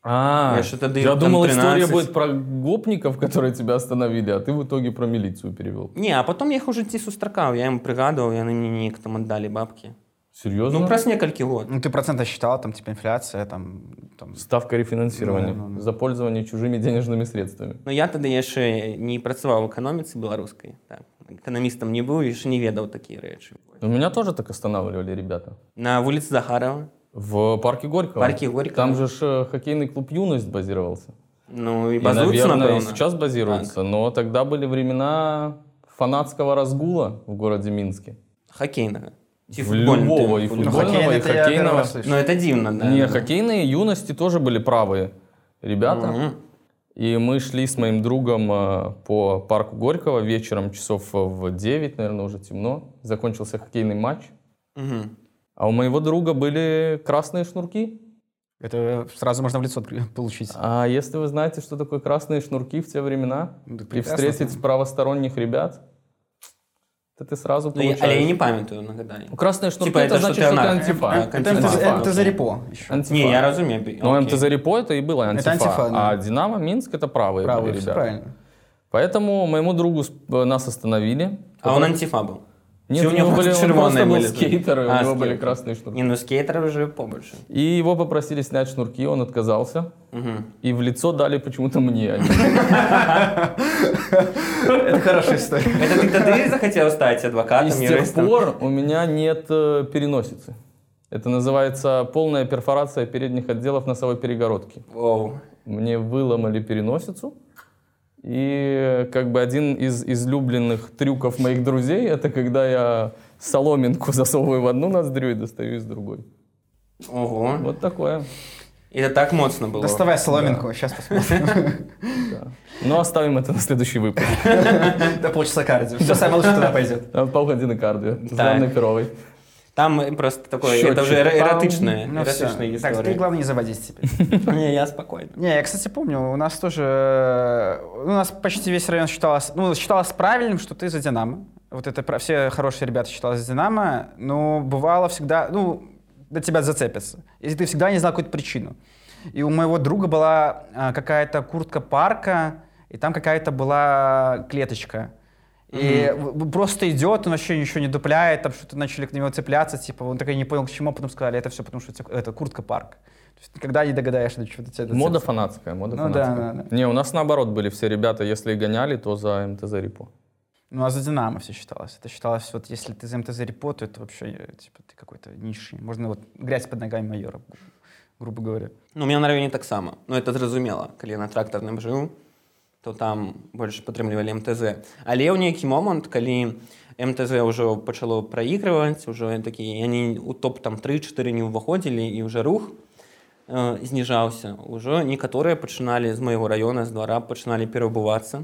Speaker 2: А,
Speaker 1: Я что-то даю
Speaker 2: я
Speaker 1: там
Speaker 2: думал, история
Speaker 1: 13.
Speaker 2: будет про гопников, которые тебя остановили, а ты в итоге про милицию перевел.
Speaker 1: Не, а потом я іх у жыцці сустракаў, я ім прыгадваў, яны мне неяк там аддалі бабкі.
Speaker 2: Серьезно?
Speaker 1: Ну праз некалькі год.
Speaker 3: Ну, ты процента считал, там, типа, инфляция, там... там...
Speaker 2: Ставка рефинансирования
Speaker 3: Ну, ну, ну.
Speaker 2: за пользование чужими денежными средствами.
Speaker 1: Ну я тады яшчэ не працаваў у эканоміцы беларускай. Так. Эканамістам не быў, яшчэ не ведаў такія рэчы.
Speaker 2: Но Меня тоже так останавливали ребята.
Speaker 1: На вуліцы Захарова.
Speaker 2: В парке Горького.
Speaker 1: Парке Горького.
Speaker 2: Там же ж, э, хоккейный клуб «Юность» базировался.
Speaker 1: Ну і
Speaker 2: И,
Speaker 1: базуюцца,
Speaker 2: наверное, и
Speaker 1: напэўна.
Speaker 2: сейчас базируется. Но тогда были времена фанатского разгула в городе Минске.
Speaker 1: Хакейнага. Ці
Speaker 2: В
Speaker 1: футбольны
Speaker 2: любого,
Speaker 1: ты-
Speaker 2: і
Speaker 1: футбол.
Speaker 3: Ну,
Speaker 2: футбольного,
Speaker 3: хоккейный
Speaker 2: и
Speaker 3: это я первый
Speaker 2: хоккейного.
Speaker 3: раз слышу.
Speaker 1: Ну это дзіўна, да.
Speaker 2: Не,
Speaker 1: да.
Speaker 2: хоккейные юности тоже были правые ребята.
Speaker 1: Мгм.
Speaker 2: И мы шли с моим другом э, по парку Горького вечером часов в 9, наверное, уже темно. Закончился хоккейный матч.
Speaker 1: Мгм.
Speaker 2: А у моего друга были красные шнурки.
Speaker 3: Это сразу можно в лицо при- получить.
Speaker 2: А если вы знаете, что такое красные шнурки в те времена,
Speaker 3: Ну, так
Speaker 2: и
Speaker 3: прекрасно.
Speaker 2: встретить правосторонних ребят, то ты сразу
Speaker 1: Ну, я-
Speaker 2: получаешь...
Speaker 1: але я не пам'ятаю, нагадай.
Speaker 2: Ну, Красные шнурки,
Speaker 1: Типа,
Speaker 2: это,
Speaker 1: это что
Speaker 2: значит,
Speaker 1: ты
Speaker 2: что ты
Speaker 1: анархия.
Speaker 2: антифа.
Speaker 1: А,
Speaker 3: Это,
Speaker 1: Антифа.
Speaker 3: МТЗ это зарепо еще.
Speaker 2: Антифа.
Speaker 1: Ні, я розумію. бі-
Speaker 2: Но
Speaker 1: окей.
Speaker 2: МТЗ Репо это и было антифа.
Speaker 3: антифа, да.
Speaker 2: А Динамо Минск это правые,
Speaker 3: Правый,
Speaker 2: были
Speaker 3: все
Speaker 2: ребята.
Speaker 3: правильно.
Speaker 2: Поэтому моему другу сп- э, нас остановили.
Speaker 1: А он антифа був.
Speaker 2: Нет,
Speaker 1: Чи
Speaker 2: у него были, он просто
Speaker 1: червоні
Speaker 2: был
Speaker 1: були?
Speaker 2: скейтер, и у
Speaker 1: А,
Speaker 2: него были
Speaker 1: скейтер.
Speaker 2: красные шнурки.
Speaker 1: Ні, ну скейтери вже побольше.
Speaker 2: И его попросили снять шнурки, он отказался.
Speaker 1: Угу.
Speaker 2: И в лицо дали почему-то мне. а
Speaker 3: Это хорошая история.
Speaker 1: Это ты тогда захотел стать
Speaker 2: И
Speaker 3: А
Speaker 1: адвокатом,
Speaker 2: с тех
Speaker 1: юристом?
Speaker 2: пор у меня нет э, переносицы. Это называется полная перфорация передних отделов носовой перегородки.
Speaker 1: Воу.
Speaker 2: Мне выломали переносицу. И э, как бы один из излюбленных трюков моих друзей это когда я соломинку засовываю в одну ноздрю и достаю из другой.
Speaker 1: Ого.
Speaker 2: Вот такое.
Speaker 1: І це так моцно було.
Speaker 3: Доставай соломинку, сейчас посмотрим.
Speaker 2: Но Ну, оставим это на следующий выпуск.
Speaker 3: Да полчаса кардио. Все самое лучшее туда пойдет.
Speaker 2: Там полгодины кардио с Анной Перовой.
Speaker 1: Там просто такое,
Speaker 2: Счётчик.
Speaker 1: это уже эро- эротичная,
Speaker 3: Ну, всё.
Speaker 1: эротичная
Speaker 3: Так, ты
Speaker 1: история.
Speaker 3: главное не заводись теперь.
Speaker 1: Не, я спокойно.
Speaker 3: Не, я, кстати, помню, у нас тоже... э, У нас почти весь район считалось... Ну, считалось правильным, что ты за «Динамо». Вот это про- все хорошие ребята считалось за «Динамо», но бывало всегда... Ну, до тебя зацепятся. Если ты всегда не знал какую-то причину. И у моего друга была э, какая-то куртка парка, и там какая-то была клеточка. И в- в- просто идет, он вообще ничего не дупляет, там что-то начали к нему цепляться, типа, он так и не понял, к чему, а потом сказали, это все потому, что у тебя это куртка парк. То есть никогда не догадаешься, до чего ты тебя
Speaker 2: Мода
Speaker 3: зацепится.
Speaker 2: фанатская, мода
Speaker 3: Ну да,
Speaker 2: фанатская.
Speaker 3: да,
Speaker 2: Не, у нас наоборот были все ребята, если и гоняли, то за МТЗ Репо.
Speaker 3: Ну, а за «Динамо» все считалось. Это считалось, вот если ты за МТЗ Репо, то это вообще, э, типа, ты какой-то низший. Можно вот грязь под ногами майора, гру- грубо говоря.
Speaker 1: Ну, у меня на районе так само. Ну, это зразумело. Коли я на тракторном жил, то там больше падтрымлівалі МТЗ. Але ў нейкі момант, калі МТЗ ўжо пачало праігрываць, ужо такія яны ў топ там 3-4 не ўваходзілі і ўжо рух э, зніжаўся. Ужо некаторыя пачыналі з майго раёна з двара пачыналі перабывацца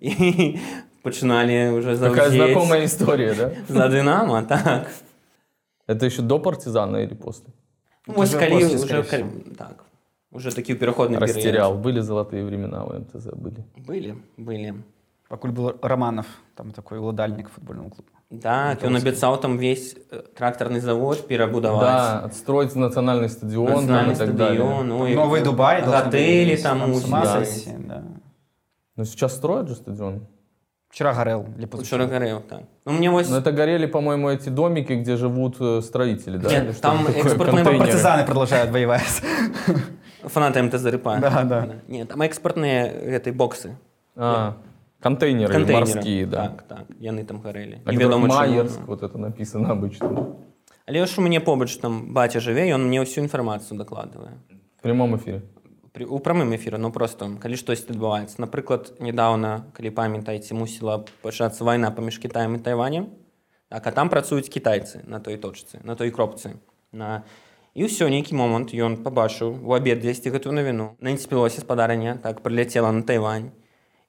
Speaker 1: і пачыналі ўжо
Speaker 2: Такая
Speaker 1: заўзець
Speaker 2: знакомая история, да?
Speaker 1: за дынама так.
Speaker 2: Это еще до партизана или после?
Speaker 1: Ну, Вось
Speaker 3: Уже
Speaker 1: калі
Speaker 3: после, скорее
Speaker 1: ўжо калі- так уже такі пераходны перыяд.
Speaker 2: Растерял. Были золотые времена у МТЗ, были.
Speaker 1: Былі былі.
Speaker 3: Покуль был Романов, там такой уладальник футбольного клуба.
Speaker 1: Да, ён абяцаў там весь э, трактарны завод
Speaker 2: Да,
Speaker 1: перабудаваць.
Speaker 2: отстроить национальный стадион там
Speaker 1: Нацыянальны
Speaker 2: и так далее.
Speaker 1: стадыён, ну, і
Speaker 3: Новый Дубай. должны
Speaker 1: гатэлі
Speaker 3: быть,
Speaker 1: там
Speaker 3: там с ума
Speaker 1: усё.
Speaker 3: сойти, да.
Speaker 2: Но сейчас строят же стадион.
Speaker 3: Вчера горел. Или
Speaker 1: Учора
Speaker 3: позавчера.
Speaker 1: гарэў так. Ну мне вось
Speaker 2: Но это горели, по-моему, эти домики, где живут э, строители, да?
Speaker 1: Нет,
Speaker 2: Или что
Speaker 1: там
Speaker 2: это такое,
Speaker 1: экспортные
Speaker 2: контейнеры?
Speaker 3: Партизаны продолжают воевать.
Speaker 1: фанаты МТЗ рыпа.
Speaker 3: Да, да.
Speaker 1: Не, там экспортныя гэтай боксы.
Speaker 2: А, контейнеры,
Speaker 1: Контейнеры.
Speaker 2: морские, да.
Speaker 1: Так, так, яны там гарэлі.
Speaker 2: На
Speaker 1: І
Speaker 2: которых
Speaker 1: вядома, чаму.
Speaker 2: Майерск, вот это написано обычно.
Speaker 1: Але ж у мяне побач там баця жыве, ён мне ўсю інфармацыю дакладвае.
Speaker 2: В прямом эфире.
Speaker 1: Пры- у прамым эфіры ну просто калі штосьці адбываецца напрыклад недавно калі памятаеце мусіла пачацца вайна паміж Китаем і Тайванем так, а там працуюць кітайцы на той точцы на той кропцы на і ўсё нейкі момант ён пабачыў у абед дзесьці гэтую навіну націпілося спадарання так прыляцела на Тайвань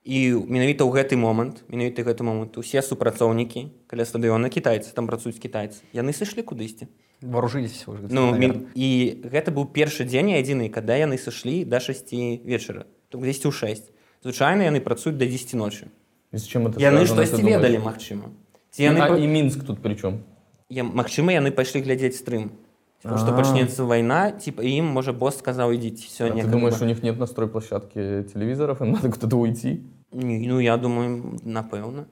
Speaker 1: і менавіта ў гэты момант менавіта гэты момант усе супрацоўнікі каля стадыёна кітайцы там працуюць кітайцы яны сышлі кудысьці
Speaker 3: Вооружились все уже.
Speaker 1: Ну,
Speaker 3: наверное.
Speaker 1: мін- і гэта быў першы дзень адзіны, када яны сышлі да 6 вечара, то бок 10 у 6. Звычайна яны працуюць да 10 ночы.
Speaker 2: И с чем это
Speaker 1: Яны
Speaker 2: связано, ты
Speaker 1: штосьці
Speaker 2: думаешь?
Speaker 1: ведалі, магчыма. Ці яны
Speaker 2: А,
Speaker 1: па-
Speaker 2: и Минск тут при чем?
Speaker 1: я- магчыма, яны пайшлі глядзець стрым. Типа, што
Speaker 2: А.
Speaker 1: пачнецца вайна, типа і ім можа босс сказаў ідзіце
Speaker 2: А
Speaker 1: сёння.
Speaker 2: ты
Speaker 1: как
Speaker 2: думаешь,
Speaker 1: бы.
Speaker 2: у них нет на стройплощадке телевизоров, им надо куда-то уйти?
Speaker 1: Ні, Ну я думаю, напэўна.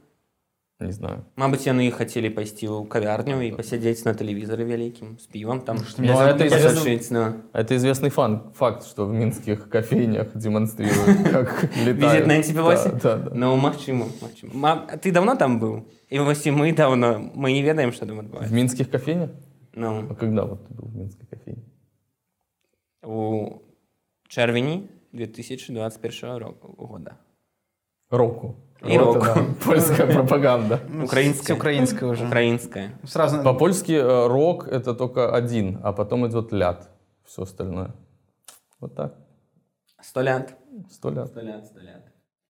Speaker 2: Не знаю.
Speaker 1: Мабыць, яны хацелі пайсці ў кавярню і пасядзець на тэлевізары вялікім з півам там
Speaker 2: Ну, а это известный,
Speaker 1: пасачыць на
Speaker 2: это известный фан, факт, что в минских кофейнях демонстрируют, как летают.
Speaker 1: Визит на антипилосе?
Speaker 2: Да, да, да.
Speaker 1: Ну, магчыма, магчыма. Ма, ты давно там быў? І вось і мы давно, мы не ведаем, што там
Speaker 2: В
Speaker 1: адбываецца.
Speaker 2: минских кофейнях? А
Speaker 1: Ну,
Speaker 2: когда вот ты был в минской кофейне?
Speaker 1: у чэрвені 2021 року года.
Speaker 2: Року.
Speaker 1: И
Speaker 2: Вот
Speaker 1: року.
Speaker 2: она, Польская пропаганда.
Speaker 3: Ну,
Speaker 1: украинская.
Speaker 3: всё Украинское уже.
Speaker 1: Украинская.
Speaker 3: Сразу
Speaker 2: По-польски э, рок это только один, а потом идет ляд. Все остальное. Вот так.
Speaker 1: Сто лет.
Speaker 2: Сто лет.
Speaker 1: Сто лет, сто лет.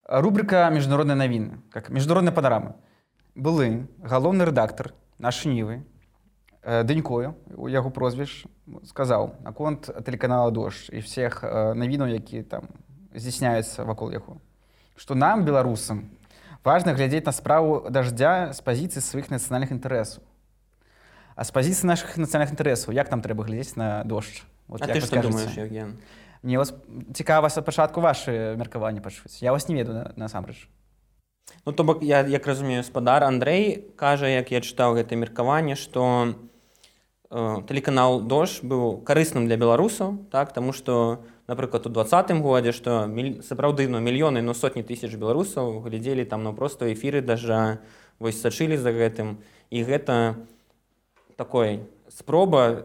Speaker 3: Рубрика «Международные новины», как «Международная панорама». Були головний редактор нашої Ніви е, Денькою, у його прозвищ, сказав на конт телеканалу «Дождь» і всіх е, новин, які там здійсняються вокруг його, що нам, білорусам, Важно глядеть на справу дождя з позиції своїх національних інтересів. А з позиції наших національних інтересів, як нам треба глядіти на дощ? От
Speaker 1: а
Speaker 3: як
Speaker 1: ти
Speaker 3: ви
Speaker 1: що
Speaker 3: кажете?
Speaker 1: думаєш, Євген?
Speaker 3: Мені вас цікаво спочатку ваше міркування почути. Я вас не веду на- насамрэч.
Speaker 1: Ну, то бок, я як разумею, спадар Андрей кажа, як я чытаў гэта меркаванне, што э, тэлеканал дождж быў карысным для беларусаў, так таму што, напрыклад, у двадцатым годзе, што міль- сапраўды ну, мільёны, ну сотні тысяч беларусаў глядзелі там ну, проста эфіры дажджа, вось сачылі за гэтым. І гэта такой спроба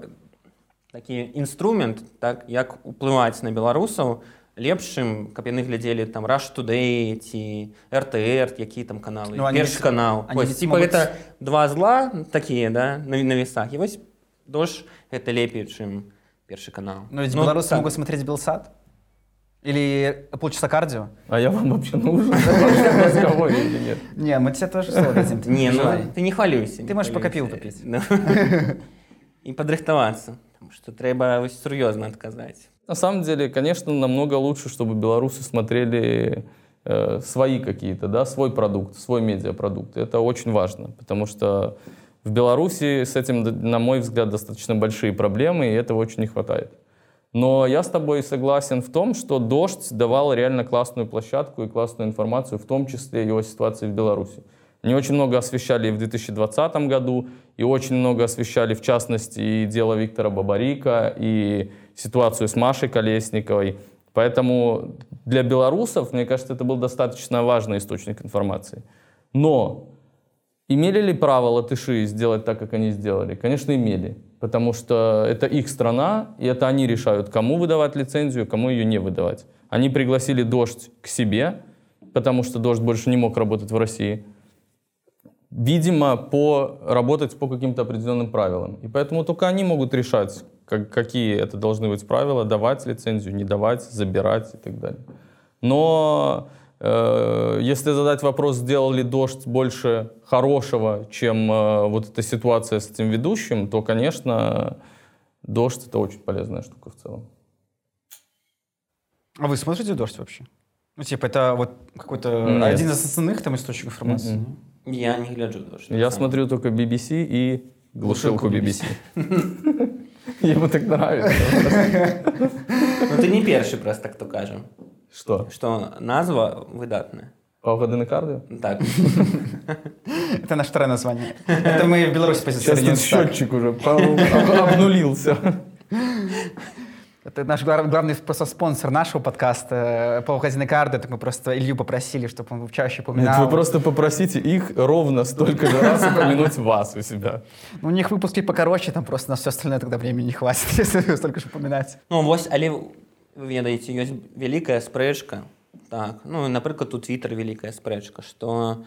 Speaker 1: такі інструмент, так як уплываць на беларусаў, лепш, чым каб яны глядзелі там Rush Today ці РТР, які там каналы
Speaker 3: Ну,
Speaker 1: ну,
Speaker 3: они
Speaker 1: першы
Speaker 3: ведь-
Speaker 1: канал.
Speaker 3: они
Speaker 1: Вось,
Speaker 3: ведь
Speaker 1: типа
Speaker 3: могуць-
Speaker 1: гэта два зла такія да, на, на весах. І вось дождж гэта лепей, чым першы канал.
Speaker 3: Ну, ведь белорусы
Speaker 1: так.
Speaker 3: могут смотреть Белсат? Или полчаса кардио?
Speaker 2: А я вам вообще нужен в вашем разговоре или нет?
Speaker 3: Не, мы тебе тоже слово дадим. ты
Speaker 1: Не, ну,
Speaker 3: переживай.
Speaker 1: ты не хвалюйся.
Speaker 3: Ты можешь по
Speaker 1: капілу
Speaker 3: капілу попіць.
Speaker 1: І падрыхтавацца, Таму што трэба вось сур'ёзна адказаць.
Speaker 2: На самом деле, конечно, намного лучше, чтобы белорусы смотрели э, свои какие-то, да, свой продукт, свой медиапродукт. Это очень важно, потому что в Беларуси с этим, д- на мой взгляд, достаточно большие проблемы, и этого очень не хватает. Но я с тобой согласен в том, что «Дождь» давал реально классную площадку и классную информацию, в том числе и о ситуации в Беларуси. Они очень много освещали и в 2020 году, и очень много освещали, в частности, и дело Виктора Бабарика, и ситуацию с Машей Колесниковой. Поэтому для белорусов, мне кажется, это был достаточно важный источник информации. Но Имели ли право латыши сделать так, как они сделали? Конечно, имели. Потому что это их страна, и это они решают, кому выдавать лицензию, кому ее не выдавать. Они пригласили «Дождь» к себе, потому что «Дождь» больше не мог работать в России. Видимо, по, работать по каким-то определенным правилам. И поэтому только они могут решать, как- какие это должны быть правила, давать лицензию, не давать, забирать и так далее. Но э, если задать вопрос, сделал ли дождь больше хорошего, чем э, вот эта ситуация с этим ведущим, то, конечно, дождь это очень полезная штука в целом.
Speaker 3: А вы смотрите «Дождь» вообще? Ну, типа, это вот какой-то
Speaker 2: Нет.
Speaker 3: один из основных там источников информации.
Speaker 2: Мгм.
Speaker 1: Я не гляджу дождж.
Speaker 2: Я смотрю только BBC и глушилку BBC. Ему так нравится.
Speaker 1: Ну ты не першы проста, хто кажа,
Speaker 2: Что?
Speaker 1: што назва выдатная.
Speaker 2: Погоды на кардио?
Speaker 1: Так.
Speaker 3: Это наше второе название. Это мы в Беларуси
Speaker 2: Сейчас
Speaker 3: позиционируем
Speaker 2: тут
Speaker 3: так.
Speaker 2: счетчик уже по- об- обнулился.
Speaker 3: Это наш глав- главный просто спонсор нашего подкаста «Полугодины карты». Так мы просто Илью попросили, чтобы он чаще
Speaker 2: Нет,
Speaker 3: упоминал.
Speaker 2: вы просто попросите их ровно столько же раз упомянуть вас у себя.
Speaker 3: Ну, у них выпуски покороче, там просто на все остальное тогда времени не хватит, если столько же упоминать.
Speaker 1: Ну вось, але вы ведаеце, ёсць вялікая спрэчка. Так. Ну, і, напрыклад, у Twitter вялікая спрэчка, што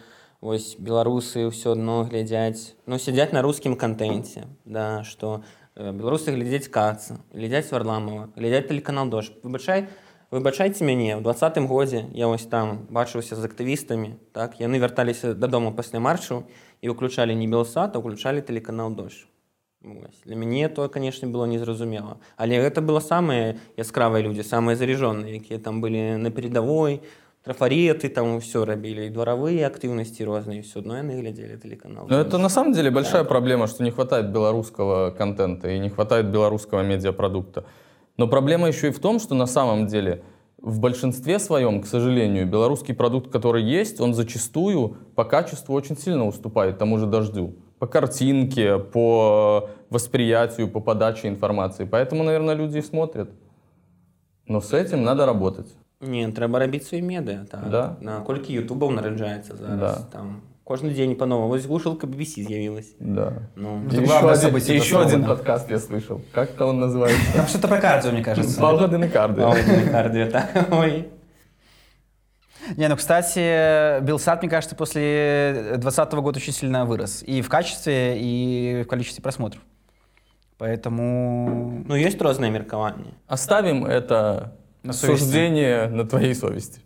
Speaker 1: вось беларусы ўсё адно глядзяць, ну сядзяць на рускім кантэнце, да, што э, беларусы глядзяць каца, глядзяць Варламова, глядзяць тэлеканал дождж. Выбачай, выбачайце мяне, у двадцатым годзе я вось там бачыўся з актывістамі, так яны вярталіся дадому пасля маршу і выключалі не белсат, а ўключалі тэлеканал дождж. Вось. Ну, Для мяне тое канешне было незразумела але гэта было самыя яскравыя людзі самыя заряжоныя якія там былі на передавой трафареты там ўсё рабілі і дваравыя актыўнасці розныя все адно яны глядзелі тэлеканал
Speaker 2: Но Ну, это на самом деле большая проблема, что не хватает белорусского контента и не хватает белорусского медиапродукта. Но проблема еще и в том, что на самом деле в большинстве своем, к сожалению, белорусский продукт, который есть, он зачастую по качеству очень сильно уступает тому же дождю. По картинке, по восприятию, по подаче информации. Поэтому, наверное, люди и смотрят. Но с этим надо работать.
Speaker 1: не трэба рабіць свае медыа так.
Speaker 2: Да.
Speaker 1: на колькі ютубаў нараджаецца зараз
Speaker 2: Да.
Speaker 1: там кожны дзень панова вось глушалка BBC з'явілась
Speaker 2: Да.
Speaker 1: ну
Speaker 3: Это главное событие
Speaker 2: еще один
Speaker 3: Петрова,
Speaker 2: подкаст я слышал. Как-то он называется.
Speaker 3: Там что-то про кардио, мне кажется. А
Speaker 2: Погоды на карды.
Speaker 1: кардыо так ой
Speaker 3: Не, ну, кстати, Белсат, мне кажется, после 2020 года очень сильно вырос. И в качестве, и в количестве просмотров. Поэтому...
Speaker 1: ну ёсць розныя меркаванні
Speaker 2: Оставим это
Speaker 3: На совести.
Speaker 2: суждение на твоей совести.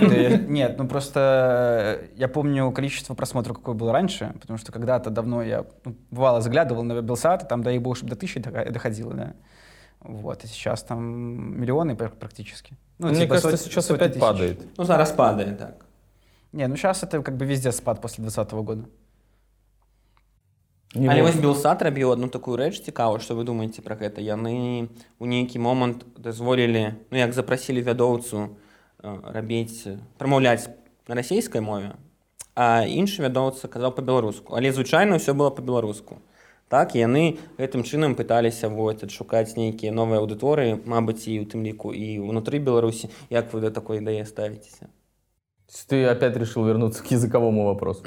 Speaker 3: Да, Нет, ну просто э, я помню количество просмотров, какое было раньше, потому что когда-то давно я, ну, бывало, заглядывал на Белсат, и там, дай бог, чтобы до тысячи дока- доходило, да. Вот, и сейчас там миллионы пр- практически. Ну,
Speaker 2: Мне
Speaker 3: типа
Speaker 2: кажется,
Speaker 3: сот-
Speaker 2: сейчас
Speaker 3: сотни
Speaker 2: опять
Speaker 3: тысяч.
Speaker 2: падает.
Speaker 1: ну зараз падае так
Speaker 3: Не, ну сейчас это как бы везде спад после 2020 года.
Speaker 2: Не
Speaker 1: Але
Speaker 2: можу.
Speaker 1: вось белсат рабіў одну такую рэч цікава што вы думаеце пра гэта яны у нейкі момант дазволілі ну як запрасілі вядоўцу э, рабіць э, прамаўляць на расійскай мове а іншы вядоўца казаў па-беларуску але звычайна ўсё было па-беларуску так і яны гэтым чынам пыталіся вот адшукаць нейкія новыя аўдыторыі Мабыць і ў тым ліку і ўнутры беларусі як вы да такой ідэі ставіцеся
Speaker 2: То есть Ты опять решил вернуться к языковому вопросу.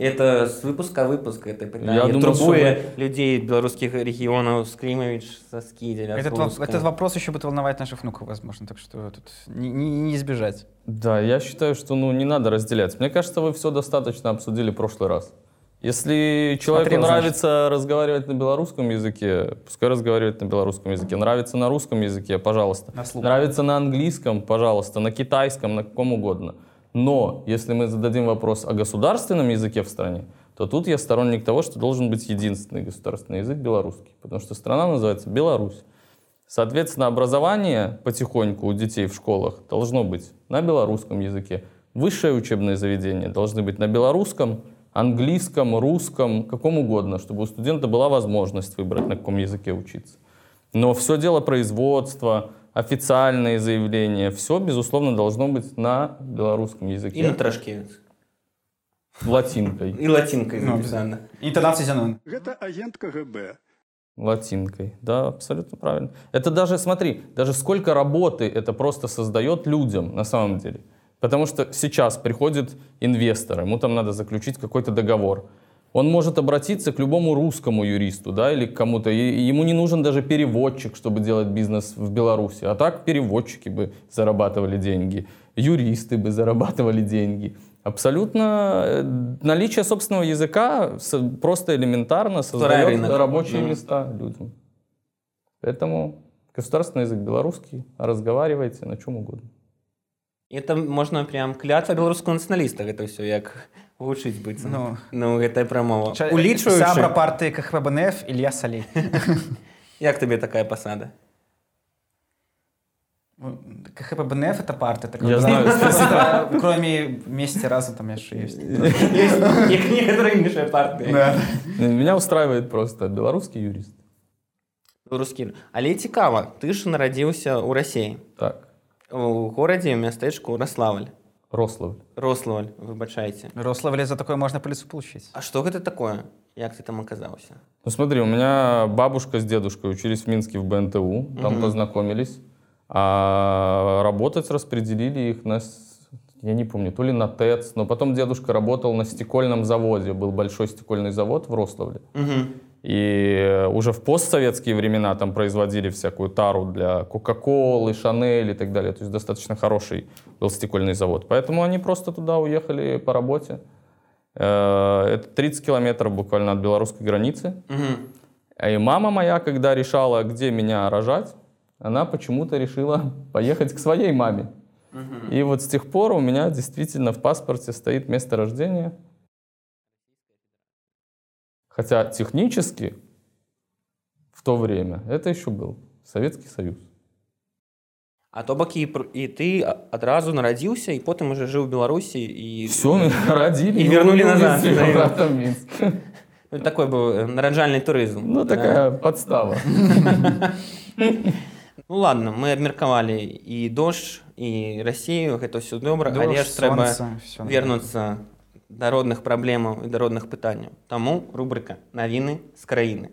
Speaker 1: Это с выпуска выпуска это пытание. Я
Speaker 2: Я думаю,
Speaker 1: думаю,
Speaker 2: что
Speaker 1: людей белорусских регионов Скримович со Скиделя.
Speaker 3: Этот, воп- этот вопрос еще будет волновать наших внуков, возможно, так что тут не, не- не избежать.
Speaker 2: Да, я считаю, что ну не надо разделять. Мне кажется, вы все достаточно обсудили в прошлый раз. Если человеку
Speaker 3: Смотрел, значит.
Speaker 2: нравится разговаривать на белорусском языке, пускай разговаривает на белорусском языке. Нравится на русском языке, пожалуйста.
Speaker 3: На слух.
Speaker 2: Нравится на английском, пожалуйста, на китайском, на каком угодно. Но если мы зададим вопрос о государственном языке в стране, то тут я сторонник того, что должен быть единственный государственный язык белорусский, потому что страна называется Беларусь. Соответственно, образование потихоньку у детей в школах должно быть на белорусском языке. Высшее учебное заведение должны быть на белорусском, английском, русском, каком угодно, чтобы у студента была возможность выбрать, на каком языке учиться. Но все дело производства, официальные заявления, все, безусловно, должно быть на белорусском
Speaker 1: И на
Speaker 2: языке,
Speaker 1: трошке.
Speaker 2: латинкой.
Speaker 1: И латинкой
Speaker 3: Ну,
Speaker 1: написано.
Speaker 3: Интонации Зенон.
Speaker 2: Латинкой, да, абсолютно правильно. Это даже, смотри, даже сколько работы это просто создает людям на самом деле. Потому что сейчас приходит инвестор, ему там надо заключить какой-то договор. Он может обратиться к любому русскому юристу, да, или к кому-то. И- и Ему не нужен даже переводчик, чтобы делать бизнес в Беларуси. А так переводчики бы зарабатывали деньги, юристы бы зарабатывали деньги. Абсолютно э, наличие собственного языка со- просто элементарно создает
Speaker 1: рынок.
Speaker 2: рабочие
Speaker 1: Да.
Speaker 2: места людям. Поэтому государственный язык белорусский, разговаривайте на чем угодно.
Speaker 1: Это можно прям клятва белорусского националиста. Это все як вучыць быць.
Speaker 3: Ну.
Speaker 1: Ну, ну гэта прамова. Улічваючы,
Speaker 3: Сабра э, парты КХБНФ Илья Салей.
Speaker 1: як тебе такая посада?
Speaker 3: КХБНФ это парты. так
Speaker 2: Я
Speaker 3: вот,
Speaker 2: знаю.
Speaker 3: просто, Кроме вместе раза там я еще есть.
Speaker 1: Есть як некоторые іншыя партыі.
Speaker 2: Меня устраивает просто белорусский юрист.
Speaker 1: Беларускі. Але цікава, ты ж нарадзіўся ў Расіі,
Speaker 2: Так,
Speaker 1: у горадзе мястэчку Раславль.
Speaker 2: Рославль.
Speaker 1: Рославль, выбачайце.
Speaker 3: Рославле за такое можно по лицу получить.
Speaker 1: А што гэта такое? Як ты там аказаўся?
Speaker 2: Ну смотри, у меня бабушка с дедушкой учились в Минске в БНТУ, там
Speaker 1: Мгм.
Speaker 2: познакомились, а работать распределили их на, с- я не помню, то ли на ТЭЦ, но потом дедушка работал на стекольном заводе, был большой стекольный завод в Рославле.
Speaker 1: Мгм.
Speaker 2: И э, уже в постсоветские времена там производили всякую тару для Кока-Колы, Шанель и так далее. То есть достаточно хороший был стекольный завод. Поэтому они просто туда уехали по работе. Э, Это 30 километров буквально от белорусской границы.
Speaker 1: Мгм.
Speaker 2: А И мама моя, когда решала, где меня рожать, она почему-то решила поехать к своей маме. И вот с тех пор у меня действительно в паспорте стоит место рождения. Хотя технически в то время это еще был Советский Союз.
Speaker 1: А то бок і, пр- і ты а- адразу нарадзіўся і потым уже жыў у Беларусі і
Speaker 2: И все, меня родили.
Speaker 1: И вернули
Speaker 2: увезли
Speaker 1: назад.
Speaker 2: обратно в Минск.
Speaker 1: Ну, такой быў э, нараджальны турызм.
Speaker 2: Ну, такая подстава.
Speaker 1: Ну ладно, мы абмеркавалі і дождж і Расію, гэта ўсё добра,
Speaker 3: Дождь,
Speaker 1: але ж трэба
Speaker 3: солнце, всё.
Speaker 1: вернуцца да родных праблемаў і да родных пытанняў. Таму рубрика навіны з краіны.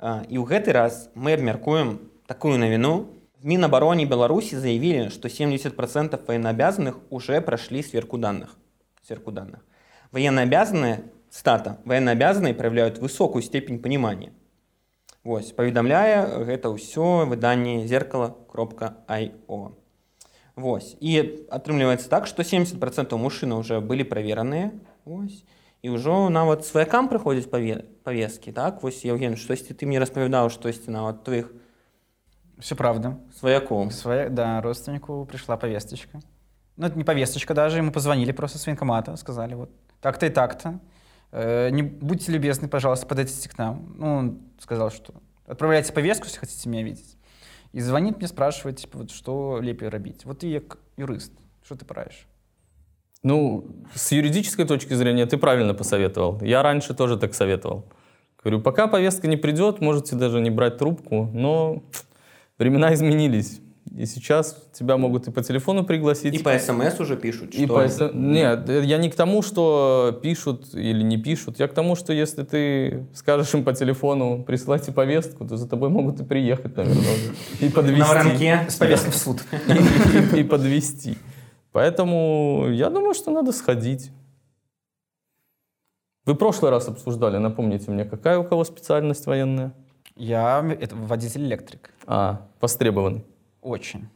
Speaker 1: А, І ў гэты раз мы абмяркуем такую навіну. В Мінабароне Беларусі заявілі, што 70% военнообязанных уже прайшлі сверку данных. Сверку данных. Военнообязанные, стата, военнообязанные проявляют высокую степень понимания. Вось, паведамляе гэта ўсё выданне зеркала кропка айо. Вось. І атрымліваецца так, што 70% мужчына ўжо былі правераныя Вось. і ўжо нават сваякам прыходзяць паве... павескі так вось Евген штосьці ты мне распавядаў штосьці нават твоих
Speaker 3: Все правда.
Speaker 1: сваякоў
Speaker 3: Своя- да, родственнику пришла повесточка. Ну, это не повесточка даже, ему позвонили просто с военкомата, сказали вот так-то и так-то. Э, не, будьте любезны, пожалуйста, подойдите к нам. Ну, он сказал, что отправляйте повестку, если хотите меня видеть. И звонит мне, спрашивает, типа, вот что лепее робить. Вот ты як юрист, что ты правишь?
Speaker 2: Ну, с юридической точки зрения ты правильно посоветовал. Я раньше тоже так советовал. Говорю, пока повестка не придет, можете даже не брать трубку, но времена изменились. И сейчас тебя могут и по телефону пригласить.
Speaker 1: И по СМС уже пишут, что...
Speaker 2: И по СМ Нет, э, я не к тому, что пишут или не пишут. Я к тому, что если ты скажешь им по телефону, присылайте повестку, то за тобой могут и приехать, наверное, уже. и
Speaker 1: На
Speaker 2: подвести.
Speaker 1: воронке.
Speaker 3: С повесткой в суд.
Speaker 2: И подвести. Поэтому я думаю, что надо сходить. Вы прошлый раз обсуждали, напомните мне, какая у кого специальность военная?
Speaker 3: Я м- это, водитель-электрик.
Speaker 2: А, востребованный.
Speaker 3: Очень.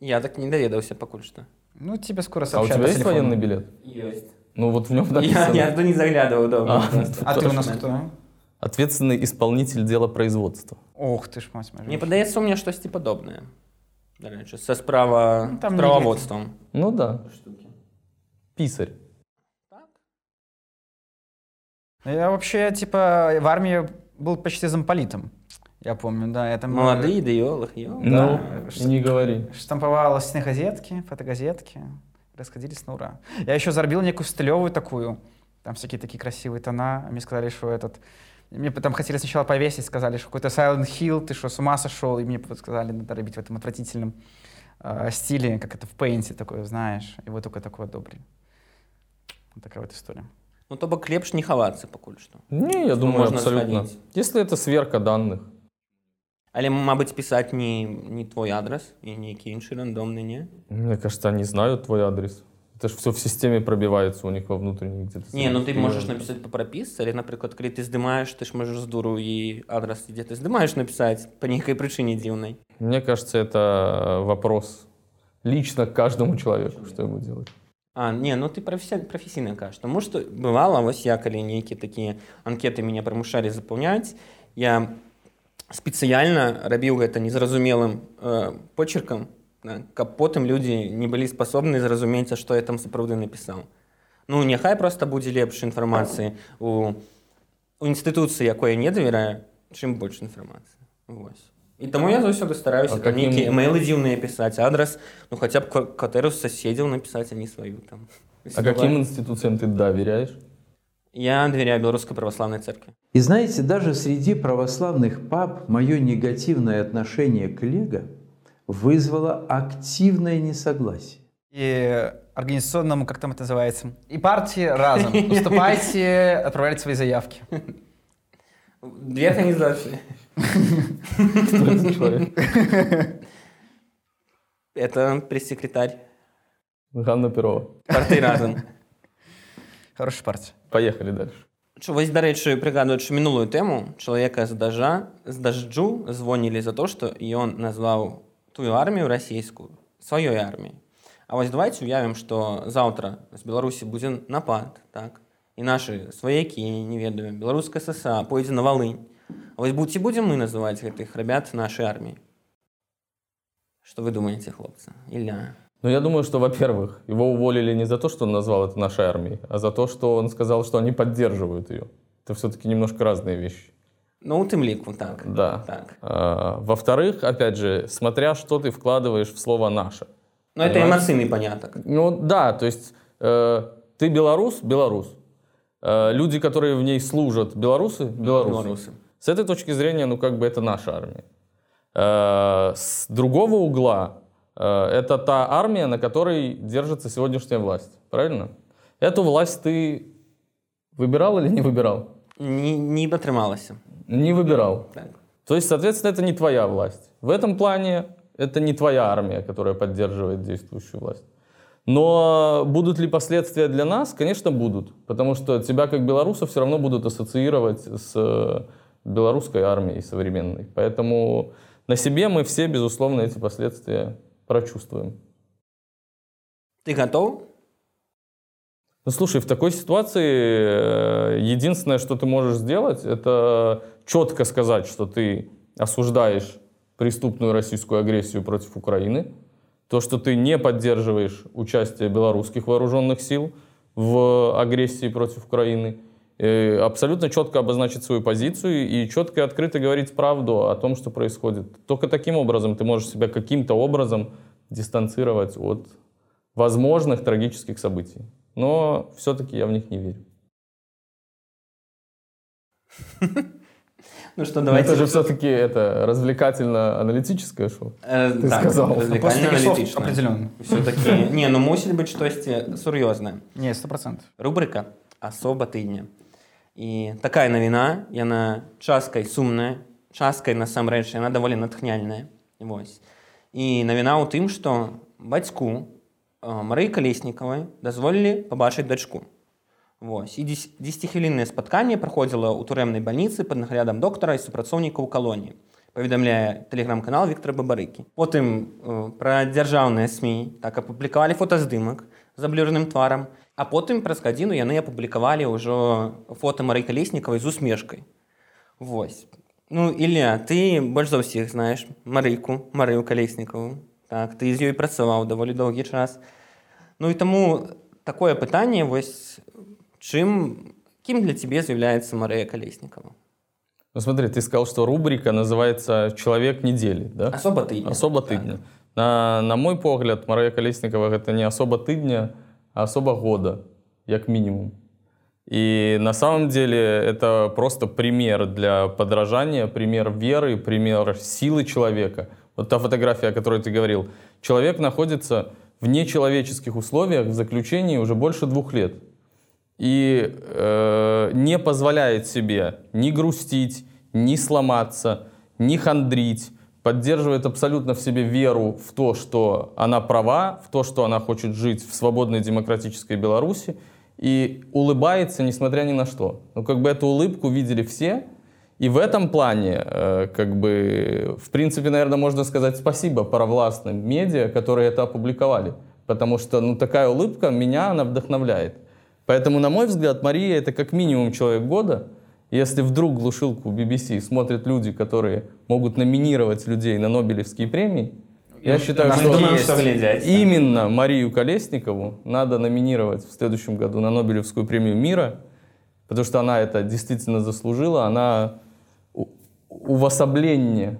Speaker 1: Я так не доведался покуль что.
Speaker 3: Ну, тебе скоро
Speaker 2: А у
Speaker 3: сообщат
Speaker 2: тебя
Speaker 3: по
Speaker 2: есть
Speaker 3: телефону.
Speaker 2: военный билет?
Speaker 1: Есть.
Speaker 2: Ну вот в нем
Speaker 1: Я,
Speaker 2: написано.
Speaker 1: я туда не заглядывал дома.
Speaker 2: А,
Speaker 1: просто.
Speaker 3: А ты у нас
Speaker 1: Тоже
Speaker 3: кто?
Speaker 2: Ответственный исполнитель дела производства.
Speaker 3: Ох ты ж, мать моя.
Speaker 1: Мне подается у меня что-то типа подобное. Да, раньше. Со справа...
Speaker 3: Ну, там
Speaker 1: с правоводством.
Speaker 2: Ну да, писарь.
Speaker 3: Я вообще, типа, в армии был почти замполитом. Я э, помню, да. Это мы-
Speaker 1: Молодые, да елых, елых.
Speaker 2: Ну,
Speaker 3: что-
Speaker 2: не говори.
Speaker 3: Штамповала стены газетки, фотогазетки. Расходились на ура. Я еще зарбил некую стылевую такую. Там всякие такие красивые тона. а Мне сказали, что этот... Мне потом хотели сначала повесить, сказали, что какой-то Silent Hill, ты что, с ума сошел? И мне потом сказали, надо рубить в этом отвратительном э, стиле, как это в пейнте такое, знаешь. Его только такое одобрили. Вот такая вот история.
Speaker 1: Ну, то бок лепш не ховаться покуль что.
Speaker 2: Не, я думаю,
Speaker 1: можно
Speaker 2: абсолютно.
Speaker 1: сходить.
Speaker 2: Если это сверка данных.
Speaker 1: Але, мабуть, писать не, не твой адрес и не інший рандомный, не?
Speaker 2: Мне кажется, они знают твой адрес. Это же все в системе пробивается у них во внутренних где-то.
Speaker 1: Не, ну ты
Speaker 2: серверах.
Speaker 1: можешь написать по прописці, але, наприклад, коли ти здимаєш, ти ж можеш з дуру і адрес, де ти здимаєш, написати по ніякій причині дивній.
Speaker 2: Мне кажется, это э, вопрос лично к каждому человеку, что ему делать.
Speaker 1: А, не, ну ты профессионально, профессионально кажешь. Потому что бывало, вот я, коли некие такие анкеты меня примушали заполнять, я специально робил это незразумелым э, почерком, да, каб потым люди не были способны зразумець, что я там сапраўды написал. Ну, нехай просто будзе лепш інфармацыі у, у інстытуцыі, якой я не давяраю, чым больш інфармацыі. Вось. І таму я заўсёды стараюся
Speaker 2: А
Speaker 1: там
Speaker 2: каким-
Speaker 1: нейкія эмейлы дзіўныя пісаць, адрас, ну хаця б ква- кватэру суседзяў напісаць, а не сваю там.
Speaker 2: А каким институциям ты доверяешь?
Speaker 1: Я доверяю Белорусской православной церкви.
Speaker 10: И знаете, даже среди православных пап мое негативное отношение к Лего вызвало активное несогласие.
Speaker 3: И организационному, как там это называется, и партии разом. Уступайте, отправляйте свои заявки.
Speaker 1: Две организации.
Speaker 2: Кто этот человек?
Speaker 1: Это пресс-секретарь
Speaker 2: Ганна Перова.
Speaker 1: партии разом.
Speaker 3: Хорошая партия.
Speaker 2: Поехали дальше.
Speaker 1: Чу- Вось, дарэчы, прыгадваючы мінулую тэму, чалавека з дажа з дажджу звонілі за то, што ён назваў тую армію расійскую сваёй арміяй. А вось давайте уявім, што заўтра з Беларусі будзе напад, так? І нашы сваякі, не ведаю, беларуская ССА пойдзе на валынь. А вось будці будзем мы называць гэтых рабят нашай арміі. Што вы думаете, хлопцы? Ілля.
Speaker 2: Ну, я думаю, что, во-первых, его уволили не за то, что он назвал это нашей армией, а за то, что он сказал, что они поддерживают ее. Это все-таки немножко разные вещи.
Speaker 1: Ну, у тым ліку так.
Speaker 2: Да.
Speaker 1: Так.
Speaker 2: А, Во-вторых, опять же, смотря что ты вкладываешь в слово «наше».
Speaker 1: Ну, это
Speaker 2: Понимаешь?
Speaker 1: эмоцыйны понятак.
Speaker 2: Ну да, то есть э, ты белорус, белорус. Э, люди, которые в ней служат, белорусы, белорусы.
Speaker 1: Белорусы.
Speaker 2: С этой точки зрения, ну как бы это наша армия. Э, с другого угла, э, это та армия, на которой держится сегодняшняя власть. Правильно? Эту власть ты выбирал или не выбирал?
Speaker 1: Не, не атрымалася.
Speaker 2: Не выбирал.
Speaker 1: Так.
Speaker 2: То есть, соответственно, это не твоя власть. В этом плане это не твоя армия, которая поддерживает действующую власть. Но будут ли последствия для нас? Конечно, будут. Потому что тебя как белоруса все равно будут ассоциировать с э, белорусской армией современной. Поэтому на себе мы все, безусловно, эти последствия прочувствуем.
Speaker 1: Ты готов?
Speaker 2: Ну слушай, в такой ситуации э, единственное, что ты можешь сделать, это четко сказать, что ты осуждаешь преступную российскую агрессию против Украины, то, что ты не поддерживаешь участие белорусских вооруженных сил в агрессии против Украины, э, абсолютно четко обозначить свою позицию и четко и открыто говорить правду о том, что происходит. Только таким образом ты можешь себя каким-то образом дистанцировать от возможных трагических событий. Но все-таки я в них не верю.
Speaker 1: Ну что, давайте...
Speaker 2: Давайте. Это же все-таки это развлекательно-аналитическое шоу.
Speaker 1: Э,
Speaker 2: Ты
Speaker 1: да,
Speaker 2: сказал.
Speaker 3: После Microsoft
Speaker 1: Развлекательно-аналитично.
Speaker 3: определенно.
Speaker 1: Все-таки... Не, ну мусить быть щось серйозне.
Speaker 3: Не, сто процентов.
Speaker 1: Рубрика «Особа тижня». І така новина, яна часка й сумная, часка й насамрэч, яна даволі натхняльная. Вось. І навіна ў тым, што бацьку э, Марыі Калеснікавай дазволілі пабачыць дачку. Вось. І 10-хвіліннае спатканне праходзіла ў турэмнай бальніцы пад наглядам доктара і супрацоўнікаў калоніі паведамляе тэлеграм-канал Віктора Бабарыкі. Потым э, пра дзяржаўныя СМі так апублікавалі фотаздымак з аблюраным тварам, а потым праз гадзіну яны апублікавалі ўжо фота Марыі Калеснікавай з усмешкай. Вось. Ну Ілля, ты больш за ўсіх знаеш Марыйку, Марыю Калеснікаву. Так ты з ёй працаваў даволі доўгі час. Ну і таму такое пытанне вось чым кім для цябе з'яўляецца Марыя Калеснікава.
Speaker 2: Ну смотри, ты сказал, что рубрика называется «Человек недели», да?
Speaker 1: Асоба тыдня.
Speaker 2: Особо
Speaker 1: Так.
Speaker 2: тыдня. На, на мой погляд, Марыя Калеснікава гэта не особо тыдня, а особо года, як минимум. И на самом деле это просто пример для подражания, пример веры, пример силы человека. Вот та фотография, о которой ты говорил. Человек находится в нечеловеческих условиях в заключении уже больше двух лет и э, не позволяет себе ни грустить, ни сломаться, ни хандрить, поддерживает абсолютно в себе веру в то, что она права, в то, что она хочет жить в свободной демократической Беларуси, и улыбается, несмотря ни на что. Ну, как бы эту улыбку видели все, и в этом плане, э, как бы, в принципе, наверное, можно сказать спасибо провластным медиа, которые это опубликовали. Потому что, ну, такая улыбка меня, она вдохновляет. Поэтому, на мой взгляд, Мария — это как минимум человек года. Если вдруг глушилку BBC смотрят люди, которые могут номинировать людей на Нобелевские премии, я считаю,
Speaker 1: Нам
Speaker 2: что
Speaker 1: думаем, что глядеть.
Speaker 2: именно Марию Колесникову надо номинировать в следующем году на Нобелевскую премию мира, потому что она это действительно заслужила. Она у- увособление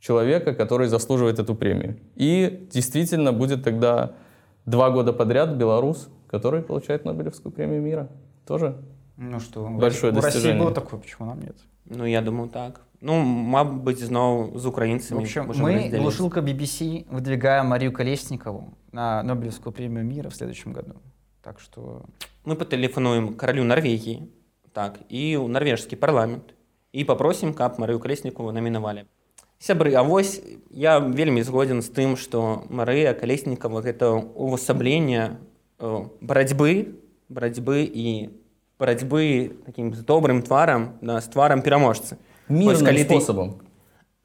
Speaker 2: человека, который заслуживает эту премию. И действительно будет тогда два года подряд белорус, который получает Нобелевскую премию мира. Тоже?
Speaker 3: Ну что,
Speaker 2: Большое
Speaker 3: у России
Speaker 2: достижение.
Speaker 3: было такое, почему нам нет?
Speaker 1: Ну я думаю так. Ну, мабуть, зноў з
Speaker 3: В
Speaker 1: украінцамі
Speaker 3: общем,
Speaker 1: можам
Speaker 3: мы,
Speaker 1: раздзяліць.
Speaker 3: глушилка BBC, выдвигаем Марию Колесникову на Нобелевскую премию мира в следующем году. Так что
Speaker 1: мы патэлефануем каралю Нарвегіі, так і ў нарвежскі парламент і папросім, каб Марыю Калеснікову намінавалі. Сябры, а вось я вельмі згодзін з тым, што Марыя Калеснікава гэта увасабленне э, барацьбы, барацьбы і барацьбы такім з добрым тварам, да, з тварам пераможцы. Вось,
Speaker 2: Мирным
Speaker 1: калі ты-
Speaker 2: способом.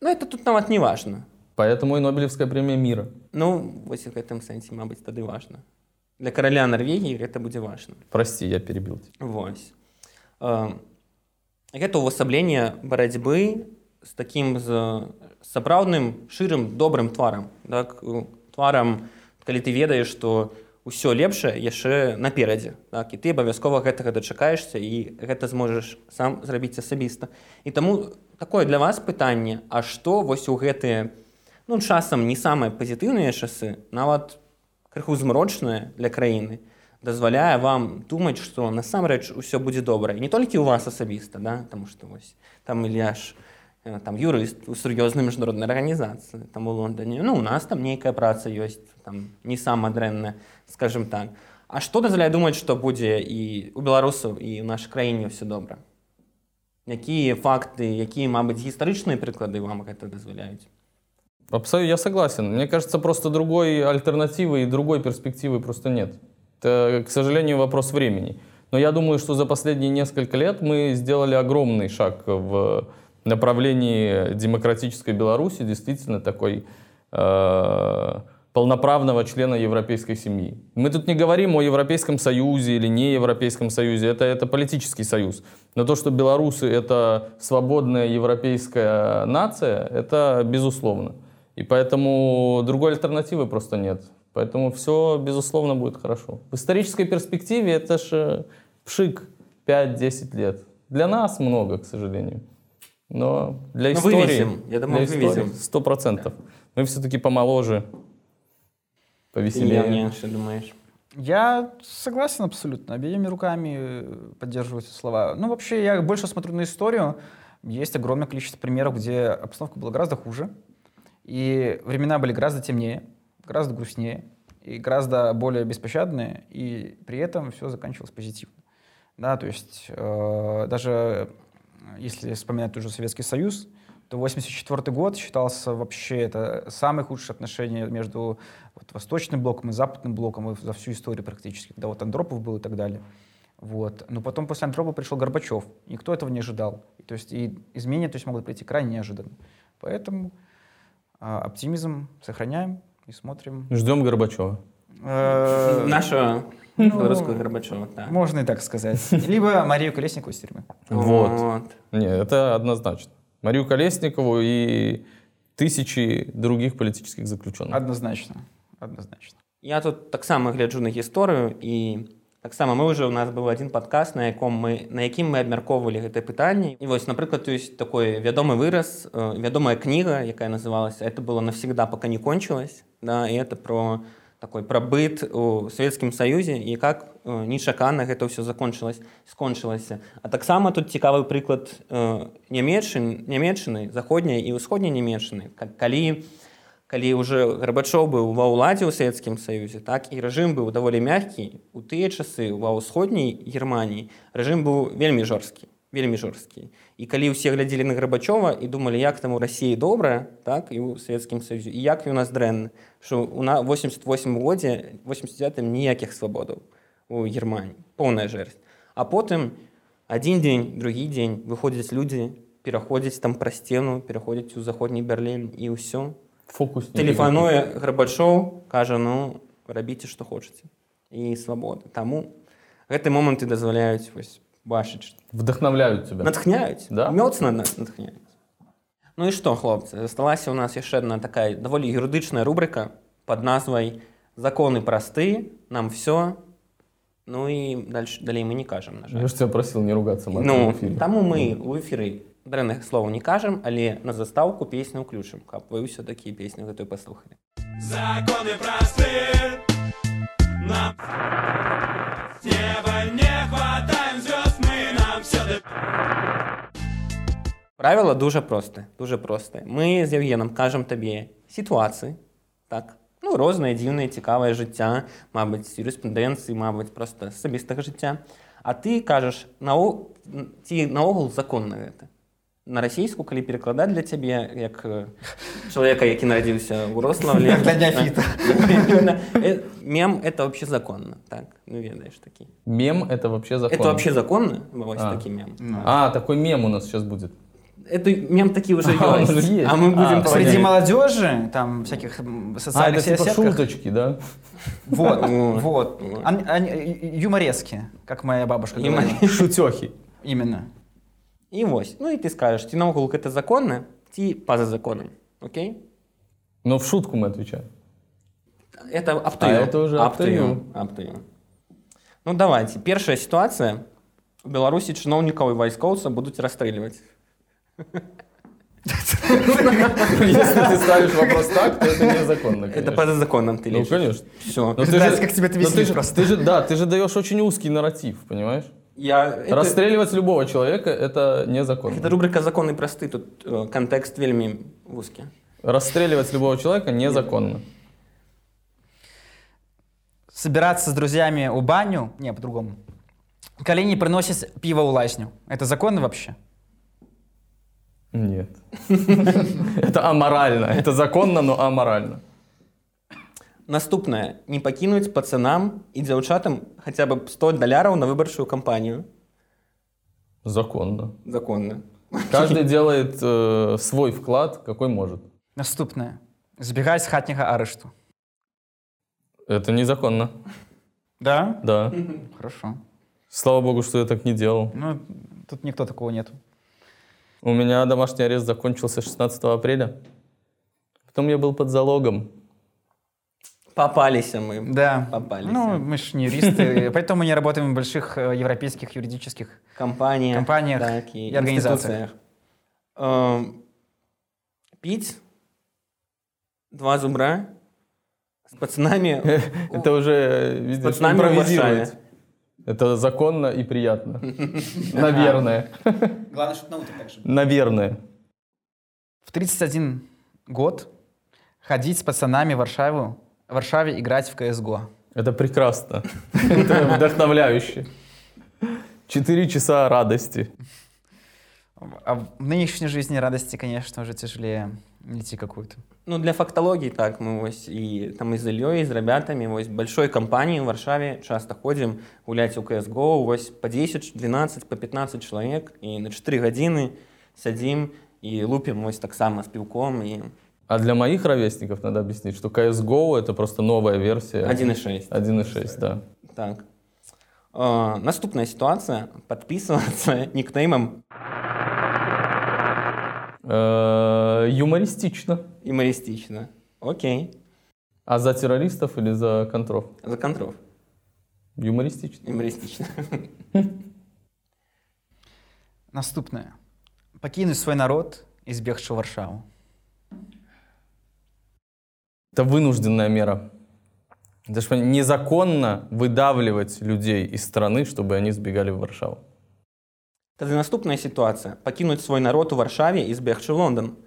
Speaker 1: Ну это тут нават не важна.
Speaker 2: Поэтому и Нобелевская премия мира.
Speaker 1: Ну вось у гэтым сэнсе, мабыць, тады важна. Для караля Нарвегіі гэта будзе важна.
Speaker 2: Прости, я перебил тебя.
Speaker 1: Вось. Э, Гэта ўвасабленне барацьбы з такім з сапраўдным шчырым добрым тварам. Так э, тварам, калі ты ведаеш, што ўсё лепшае яшчэ наперадзе. Так і ты абавязкова гэтага дачакаешся і гэта зможаш сам зрабіць асабіста. І таму такое для вас пытанне, а што вось у гэтыя ну часам не самыя пазітыўныя часы, нават крыху змрочная для краіны дазваляе вам думаць што насамрэч усё будзе добра І не толькі ў вас асабіста да таму што вось там Ільяш э, там юрыст у сур'ёзнай міжнароднай арганізацыі там у Лондоне ну у нас там нейкая праца ёсць там не сама дрэнная скажем так А што дазваляе думаць што будзе і у беларусаў і ў нашай краіне ўсё добра якія факты якія мабыць гістарычныя прыклады вам гэта дазваляюць
Speaker 2: Абсолютно, я согласен. Мне кажется, просто другой альтернативы и другой перспективы просто нет. Это, к сожалению, вопрос времени. Но я думаю, что за последние несколько лет мы сделали огромный шаг в направлении демократической Беларуси, действительно такой э, полноправного члена европейской семьи. Мы тут не говорим о Европейском Союзе или не Европейском Союзе, это, это политический союз. Но то, что белорусы — это свободная европейская нация, это безусловно. И поэтому другой альтернативы просто нет. Поэтому все, безусловно, будет хорошо. В исторической перспективе это же пшик 5-10 лет. Для нас много, к сожалению. Но для
Speaker 1: Ну,
Speaker 2: истории...
Speaker 1: вывезем. Я думаю,
Speaker 2: для истории
Speaker 1: вывезем.
Speaker 2: 100%. Мы все-таки помоложе,
Speaker 1: Ілья,
Speaker 2: повеселее.
Speaker 1: мне, что думаешь
Speaker 3: Я согласен абсолютно. Обеими руками э, поддерживаю эти слова. Ну, вообще, я больше смотрю на историю. Есть огромное количество примеров, где обстановка была гораздо хуже, и времена были гораздо темнее, гораздо грустнее, и гораздо более беспощадные, и при этом все заканчивалось позитивно. Да, то есть э, даже э, если вспоминать тот же Советский Союз, то 1984 год считался вообще это самые худшие отношения между вот, Восточным блоком и Западным блоком и за всю историю практически, когда вот Андропов был и так далее. Вот. Но потом после Андропова пришел Горбачев. Никто этого не ожидал. И, то есть и изменения то есть, могут прийти крайне неожиданно. Поэтому а, оптимизм сохраняем и смотрим.
Speaker 2: Ждем Горбачева.
Speaker 3: Э,
Speaker 1: Наша
Speaker 3: ну,
Speaker 1: белорусского Горбачева, так.
Speaker 3: Можно и так сказать. Либо Марию Колесникову из тюрьмы.
Speaker 2: Вот. Не, это однозначно. Марию Колесникову и тысячи других политических заключенных.
Speaker 3: Однозначно. Однозначно.
Speaker 1: Я тут так само гляджу на гісторыю і таксама мы ўжо у нас быў адзін падказ на яком мы на якім мы абмяркоўвалі гэтае пытанне і вось напрыклад ёсць такой вядомы выраз э, вядомая кніга якая называлась это было навсегда пока не кончилось да і это про такой пра быт у савецкім саюзе і как э, нечакана гэта ўсё закончылось скончылася а таксама тут цікавы прыклад э, нямецчын нямецчыны заходняй і ўсходняй нямецчыны ка- калі у калі ўжо гарбачоў быў ва ўладзе ў савецкім саюзе так і рэжым быў даволі мягкі у тыя часы ва ўсходняй германії рэжым быў вельмі жорсткі вельмі жорсткі і калі ўсе глядзелі на гарбачова і думалі як там у рассіі добрая так і ў савецкім саюзе і як і у нас дрэнна що у на 88 годзе 89 ніякіх свабодаў у германії поўная жэрсть а потым адзін дзень другі дзень выходзяць людзі пераходзяць там пра сцену пераходзяць у заходні берлін і ўсё
Speaker 2: Фокус.
Speaker 1: тэлефануе грабачоў кажа ну рабіце што хочаце і свабода таму гэты моманты дазваляюць вось бачыць што-
Speaker 2: Вдохновляют тебя.
Speaker 1: натхняюць
Speaker 2: Да.
Speaker 1: мёцна нас натхняюць Ну і што хлопцы засталася ў нас яшчэ адна такая даволі юрыдычная рубрика под назвай законы просты нам все Ну і дальше далей мы не кажам на жаль
Speaker 2: Я же тебя просил не ругаться, Марк,
Speaker 1: Ну,
Speaker 2: в эфире.
Speaker 1: таму мы ў эфіры дрэнных словаў не кажам, але на застаўку песню ўключым, каб вы ўсё-такі песню гэтую паслухалі.
Speaker 9: Законы просты, нам с неба не хватаем звезд, мы нам все до
Speaker 1: Правіла дуже просте, дуже просте. Ми з Євгеном кажам табе сітуацыі, так. Ну, рознае дзіўнае цікавае жыцця, мабыць, юрыспрудэнцыі, мабыць, проста з асабістага жыцця. А ты кажаш нао... м, ці наогул законна гэта. На расійску, калі перакладаць для цябе як э, чалавека, які нарадзіўся ў Рославле.
Speaker 3: Для неофіта.
Speaker 1: Э, Мем это вообще законно, так, ну ведаешь такі.
Speaker 2: Мем это вообще закон.
Speaker 1: Это вообще законно, вось
Speaker 2: А.
Speaker 1: такі мем.
Speaker 3: Ну,
Speaker 2: А, такой мем у нас сейчас будет.
Speaker 1: Это мем такі уже
Speaker 2: А, он уже
Speaker 1: ёсць.
Speaker 2: есть.
Speaker 1: А мы будем
Speaker 2: А,
Speaker 1: про
Speaker 3: Среди
Speaker 2: Понятно.
Speaker 3: молодежи, там всяких м,
Speaker 2: А,
Speaker 3: социальных
Speaker 2: это типа
Speaker 3: сетях,
Speaker 2: шуточки, да?
Speaker 3: Вот,
Speaker 1: Вот.
Speaker 3: вот.
Speaker 1: Вот.
Speaker 3: Ан- они- э, Юморески, как моя бабушка
Speaker 1: Юмор-
Speaker 3: говорила.
Speaker 2: Шутехи.
Speaker 3: Именно.
Speaker 1: І вось ну і ты скажаш ці наогул гэта законна ці па-за законам Окей
Speaker 2: Но в шутку мы отвечаем.
Speaker 1: это up to
Speaker 2: А
Speaker 1: you.
Speaker 2: это уже
Speaker 1: Up
Speaker 2: up
Speaker 1: to
Speaker 2: to
Speaker 1: you. Up to you. Ну давайте першая сітуацыя у Беларусі чыноўнікаў і вайскоўца будуць расстрэльваць
Speaker 2: Если ты ставишь вопрос так, то это незаконно,
Speaker 1: это
Speaker 2: конечно.
Speaker 1: па-за законам ты
Speaker 2: Ну, конечно.
Speaker 1: все
Speaker 2: Но
Speaker 3: Нравится, как тебе это
Speaker 2: но ты
Speaker 3: объяснили
Speaker 2: же-
Speaker 3: просто.
Speaker 2: Ты же, да, ты же даешь очень узкий нарратив, понимаешь?
Speaker 1: я это-
Speaker 2: Расстреливать любого человека это
Speaker 1: Гэта
Speaker 2: незаконно.
Speaker 1: рубрика законы просты тут э, кантэкст вельмі вузкі
Speaker 2: Расстреливать любого человека незаконно.
Speaker 3: Собираться с друзьями у баню, не, по-другому. Колени приносят пиво у лазню. Это законно вообще?
Speaker 2: Нет. Это аморально. Это законно, но аморально.
Speaker 1: Наступнае не пакінуць пацанам і дзяўчатам хаця б 100 даляраў на выбарчую кампанію
Speaker 2: Законно.
Speaker 1: законна
Speaker 2: Каждый делает э, свой вклад, какой может.
Speaker 3: Наступное. Сбегай с хатника арешту.
Speaker 2: Это незаконно.
Speaker 3: Да?
Speaker 2: Да.
Speaker 3: Хорошо.
Speaker 2: Слава богу, что я так не делал.
Speaker 3: Ну, тут никто такого нету.
Speaker 2: У меня домашний арест закончился 16 апреля. Потом я был под залогом.
Speaker 1: папаліся мы
Speaker 3: Да.
Speaker 1: Попались.
Speaker 3: Ну, мы ж не юристы, поэтому мы не работаем в больших э, европейских юридических.
Speaker 1: компаниях,
Speaker 3: Компаниях
Speaker 1: так, и,
Speaker 3: и организациях.
Speaker 1: институциях. Эм, пить два зубра С пацанами...
Speaker 2: Это уже, э, видишь,
Speaker 1: пацанами в
Speaker 2: импровизировать.
Speaker 1: Варшаве.
Speaker 2: Это законно и приятно. Наверное.
Speaker 3: Главное, чтобы на утро так же
Speaker 2: Наверное.
Speaker 3: В 31 год ходить с пацанами в Варшаву, в Варшаве играть в CSGO.
Speaker 2: Это прекрасно. Это вдохновляюще. Четыре часа радости.
Speaker 3: А в нынешней жизни радости, конечно, уже тяжелее найти какую-то.
Speaker 1: Ну, для фактологии так, мы вось и там и з Ильёй, и с ребятами, вось большой компанией в Варшаве часто ходим гулять у CSGO, вось по 10, 12, по 15 человек, и на 4 годины сядзім і лупім вось таксама з піўком і
Speaker 2: А для моих ровесников надо объяснить, что CSGO это просто новая версия.
Speaker 1: 1.6.
Speaker 2: 1.6, да.
Speaker 1: Так. Э, наступная ситуация. Подписываться никнеймом
Speaker 2: Э, Юмористично.
Speaker 1: юмористично. Окей.
Speaker 2: А за террористов или за контров?
Speaker 1: За контров.
Speaker 2: Юмористично.
Speaker 1: Юмористично.
Speaker 3: Наступное. Покинуть свой народ, избегший Варшаву.
Speaker 2: Это вынужденная мера. Это ж пон- незаконно выдавливать людей из страны, чтобы они сбегали в Варшаву.
Speaker 1: Тогда наступная ситуация. Покинуть свой народ у Варшаве и сбегши в Лондон.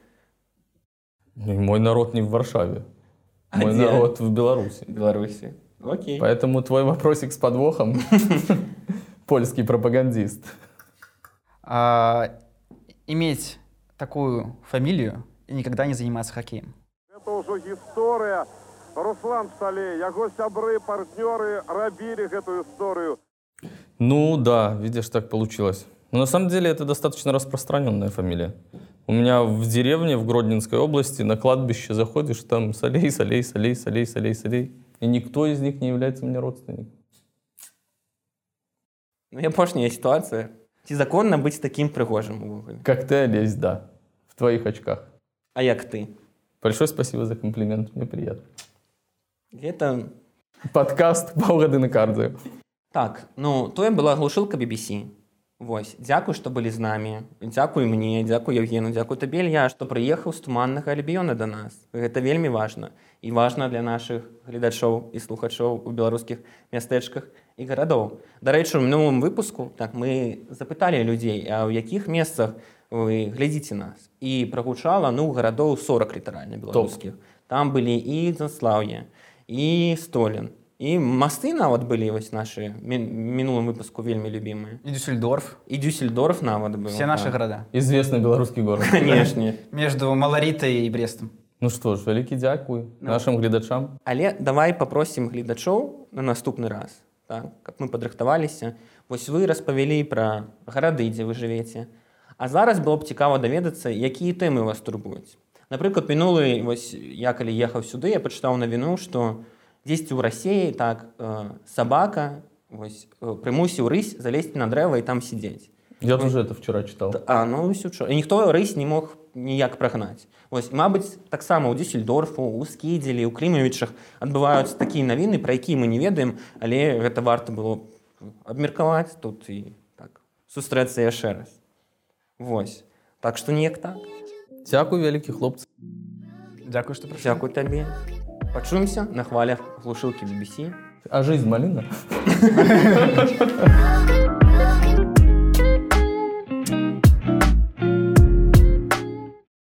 Speaker 2: Ну, Мой народ не в Варшаве.
Speaker 1: А
Speaker 2: Мой
Speaker 1: где?
Speaker 2: народ в Беларуси.
Speaker 1: Беларуси. Окей.
Speaker 2: Поэтому твой вопросик с подвохом. Польский пропагандист.
Speaker 3: А, иметь такую фамилию и никогда не заниматься хоккеем.
Speaker 7: Это уже история. Руслан Салей, его сябры, партнеры робили эту историю.
Speaker 2: Ну да, видишь, так получилось. Но на самом деле это достаточно распространенная фамилия. У меня в деревне, в Гродненской области, на кладбище заходишь, там солей, солей, солей, солей, солей, солей. И никто из них не является мне родственником.
Speaker 1: Ну, я апошняя ситуация. Ці законна быць таким прыгожым увогуле.
Speaker 2: Как ты, Олесь, да, в твоих очках.
Speaker 1: А як ты?
Speaker 2: Большое спасибо за комплимент, мне приятно.
Speaker 1: Гэта
Speaker 2: Подкаст «Паўгады на кардзе».
Speaker 1: так. Ну, тое была глушылка BBC. Вось, дзякуй, што былі з намі. Дзякуй мне, дзякуй Евгену, дзякуй табе, Ілья, што прыехаў з туманнага альбіёна да нас. Гэта вельмі важна і важна для нашых гледачоў і слухачоў у беларускіх мястэчках і гарадоў. Дарэчы, у мінулым выпуску так мы запыталі людзей, а ў якіх месцах вы глядзіце нас. І прагучала ну гарадоў 40 літаральна беларускіх. Там былі і Заслаўе, і Столін. І масты нават былі вось нашы мін- мінулым выпуску вельмі любімыя.
Speaker 3: И Дюссельдорф.
Speaker 1: И Дюссельдорф навод был.
Speaker 3: Все
Speaker 1: да.
Speaker 3: наши города.
Speaker 2: Известный белорусский город.
Speaker 1: Конечно.
Speaker 3: Между Малоритой и Брестом.
Speaker 2: Ну что ж, великий дякую нашим гледачам.
Speaker 1: Але давай попросім гледачоў на наступны раз так каб мы падрыхтаваліся вось вы распавялі пра гарады дзе вы жывеце А зараз было б цікава даведацца якія тэмы вас турбуюць напрыклад мінулы вось я калі ехаў сюды я пачытаў навіну што дзесьці ў рассеі так э, сабака вось э, прымусіў рысь залезці на дрэва і там сидзець
Speaker 2: Я тоже это вчера читал.
Speaker 1: Т- А ну ўсё чо. І ніхто рысь не мог ніяк прагнаць. Вось і, мабыць, таксама ў Дюссельдорфу, так у скідзелі, у клімавічах адбываюцца такія навіны, пра якія мы не ведаем, але гэта варта было б абмеркаваць тут і так сустрэцца яшчэ раз. Вось. Так што неяк так.
Speaker 2: Дякую, великий хлопцы.
Speaker 3: Дякую, что пришли.
Speaker 1: Дзякуй табе. Пачуемся на хвалях глушылкі BBC.
Speaker 2: А жизнь малина?
Speaker 8: Broken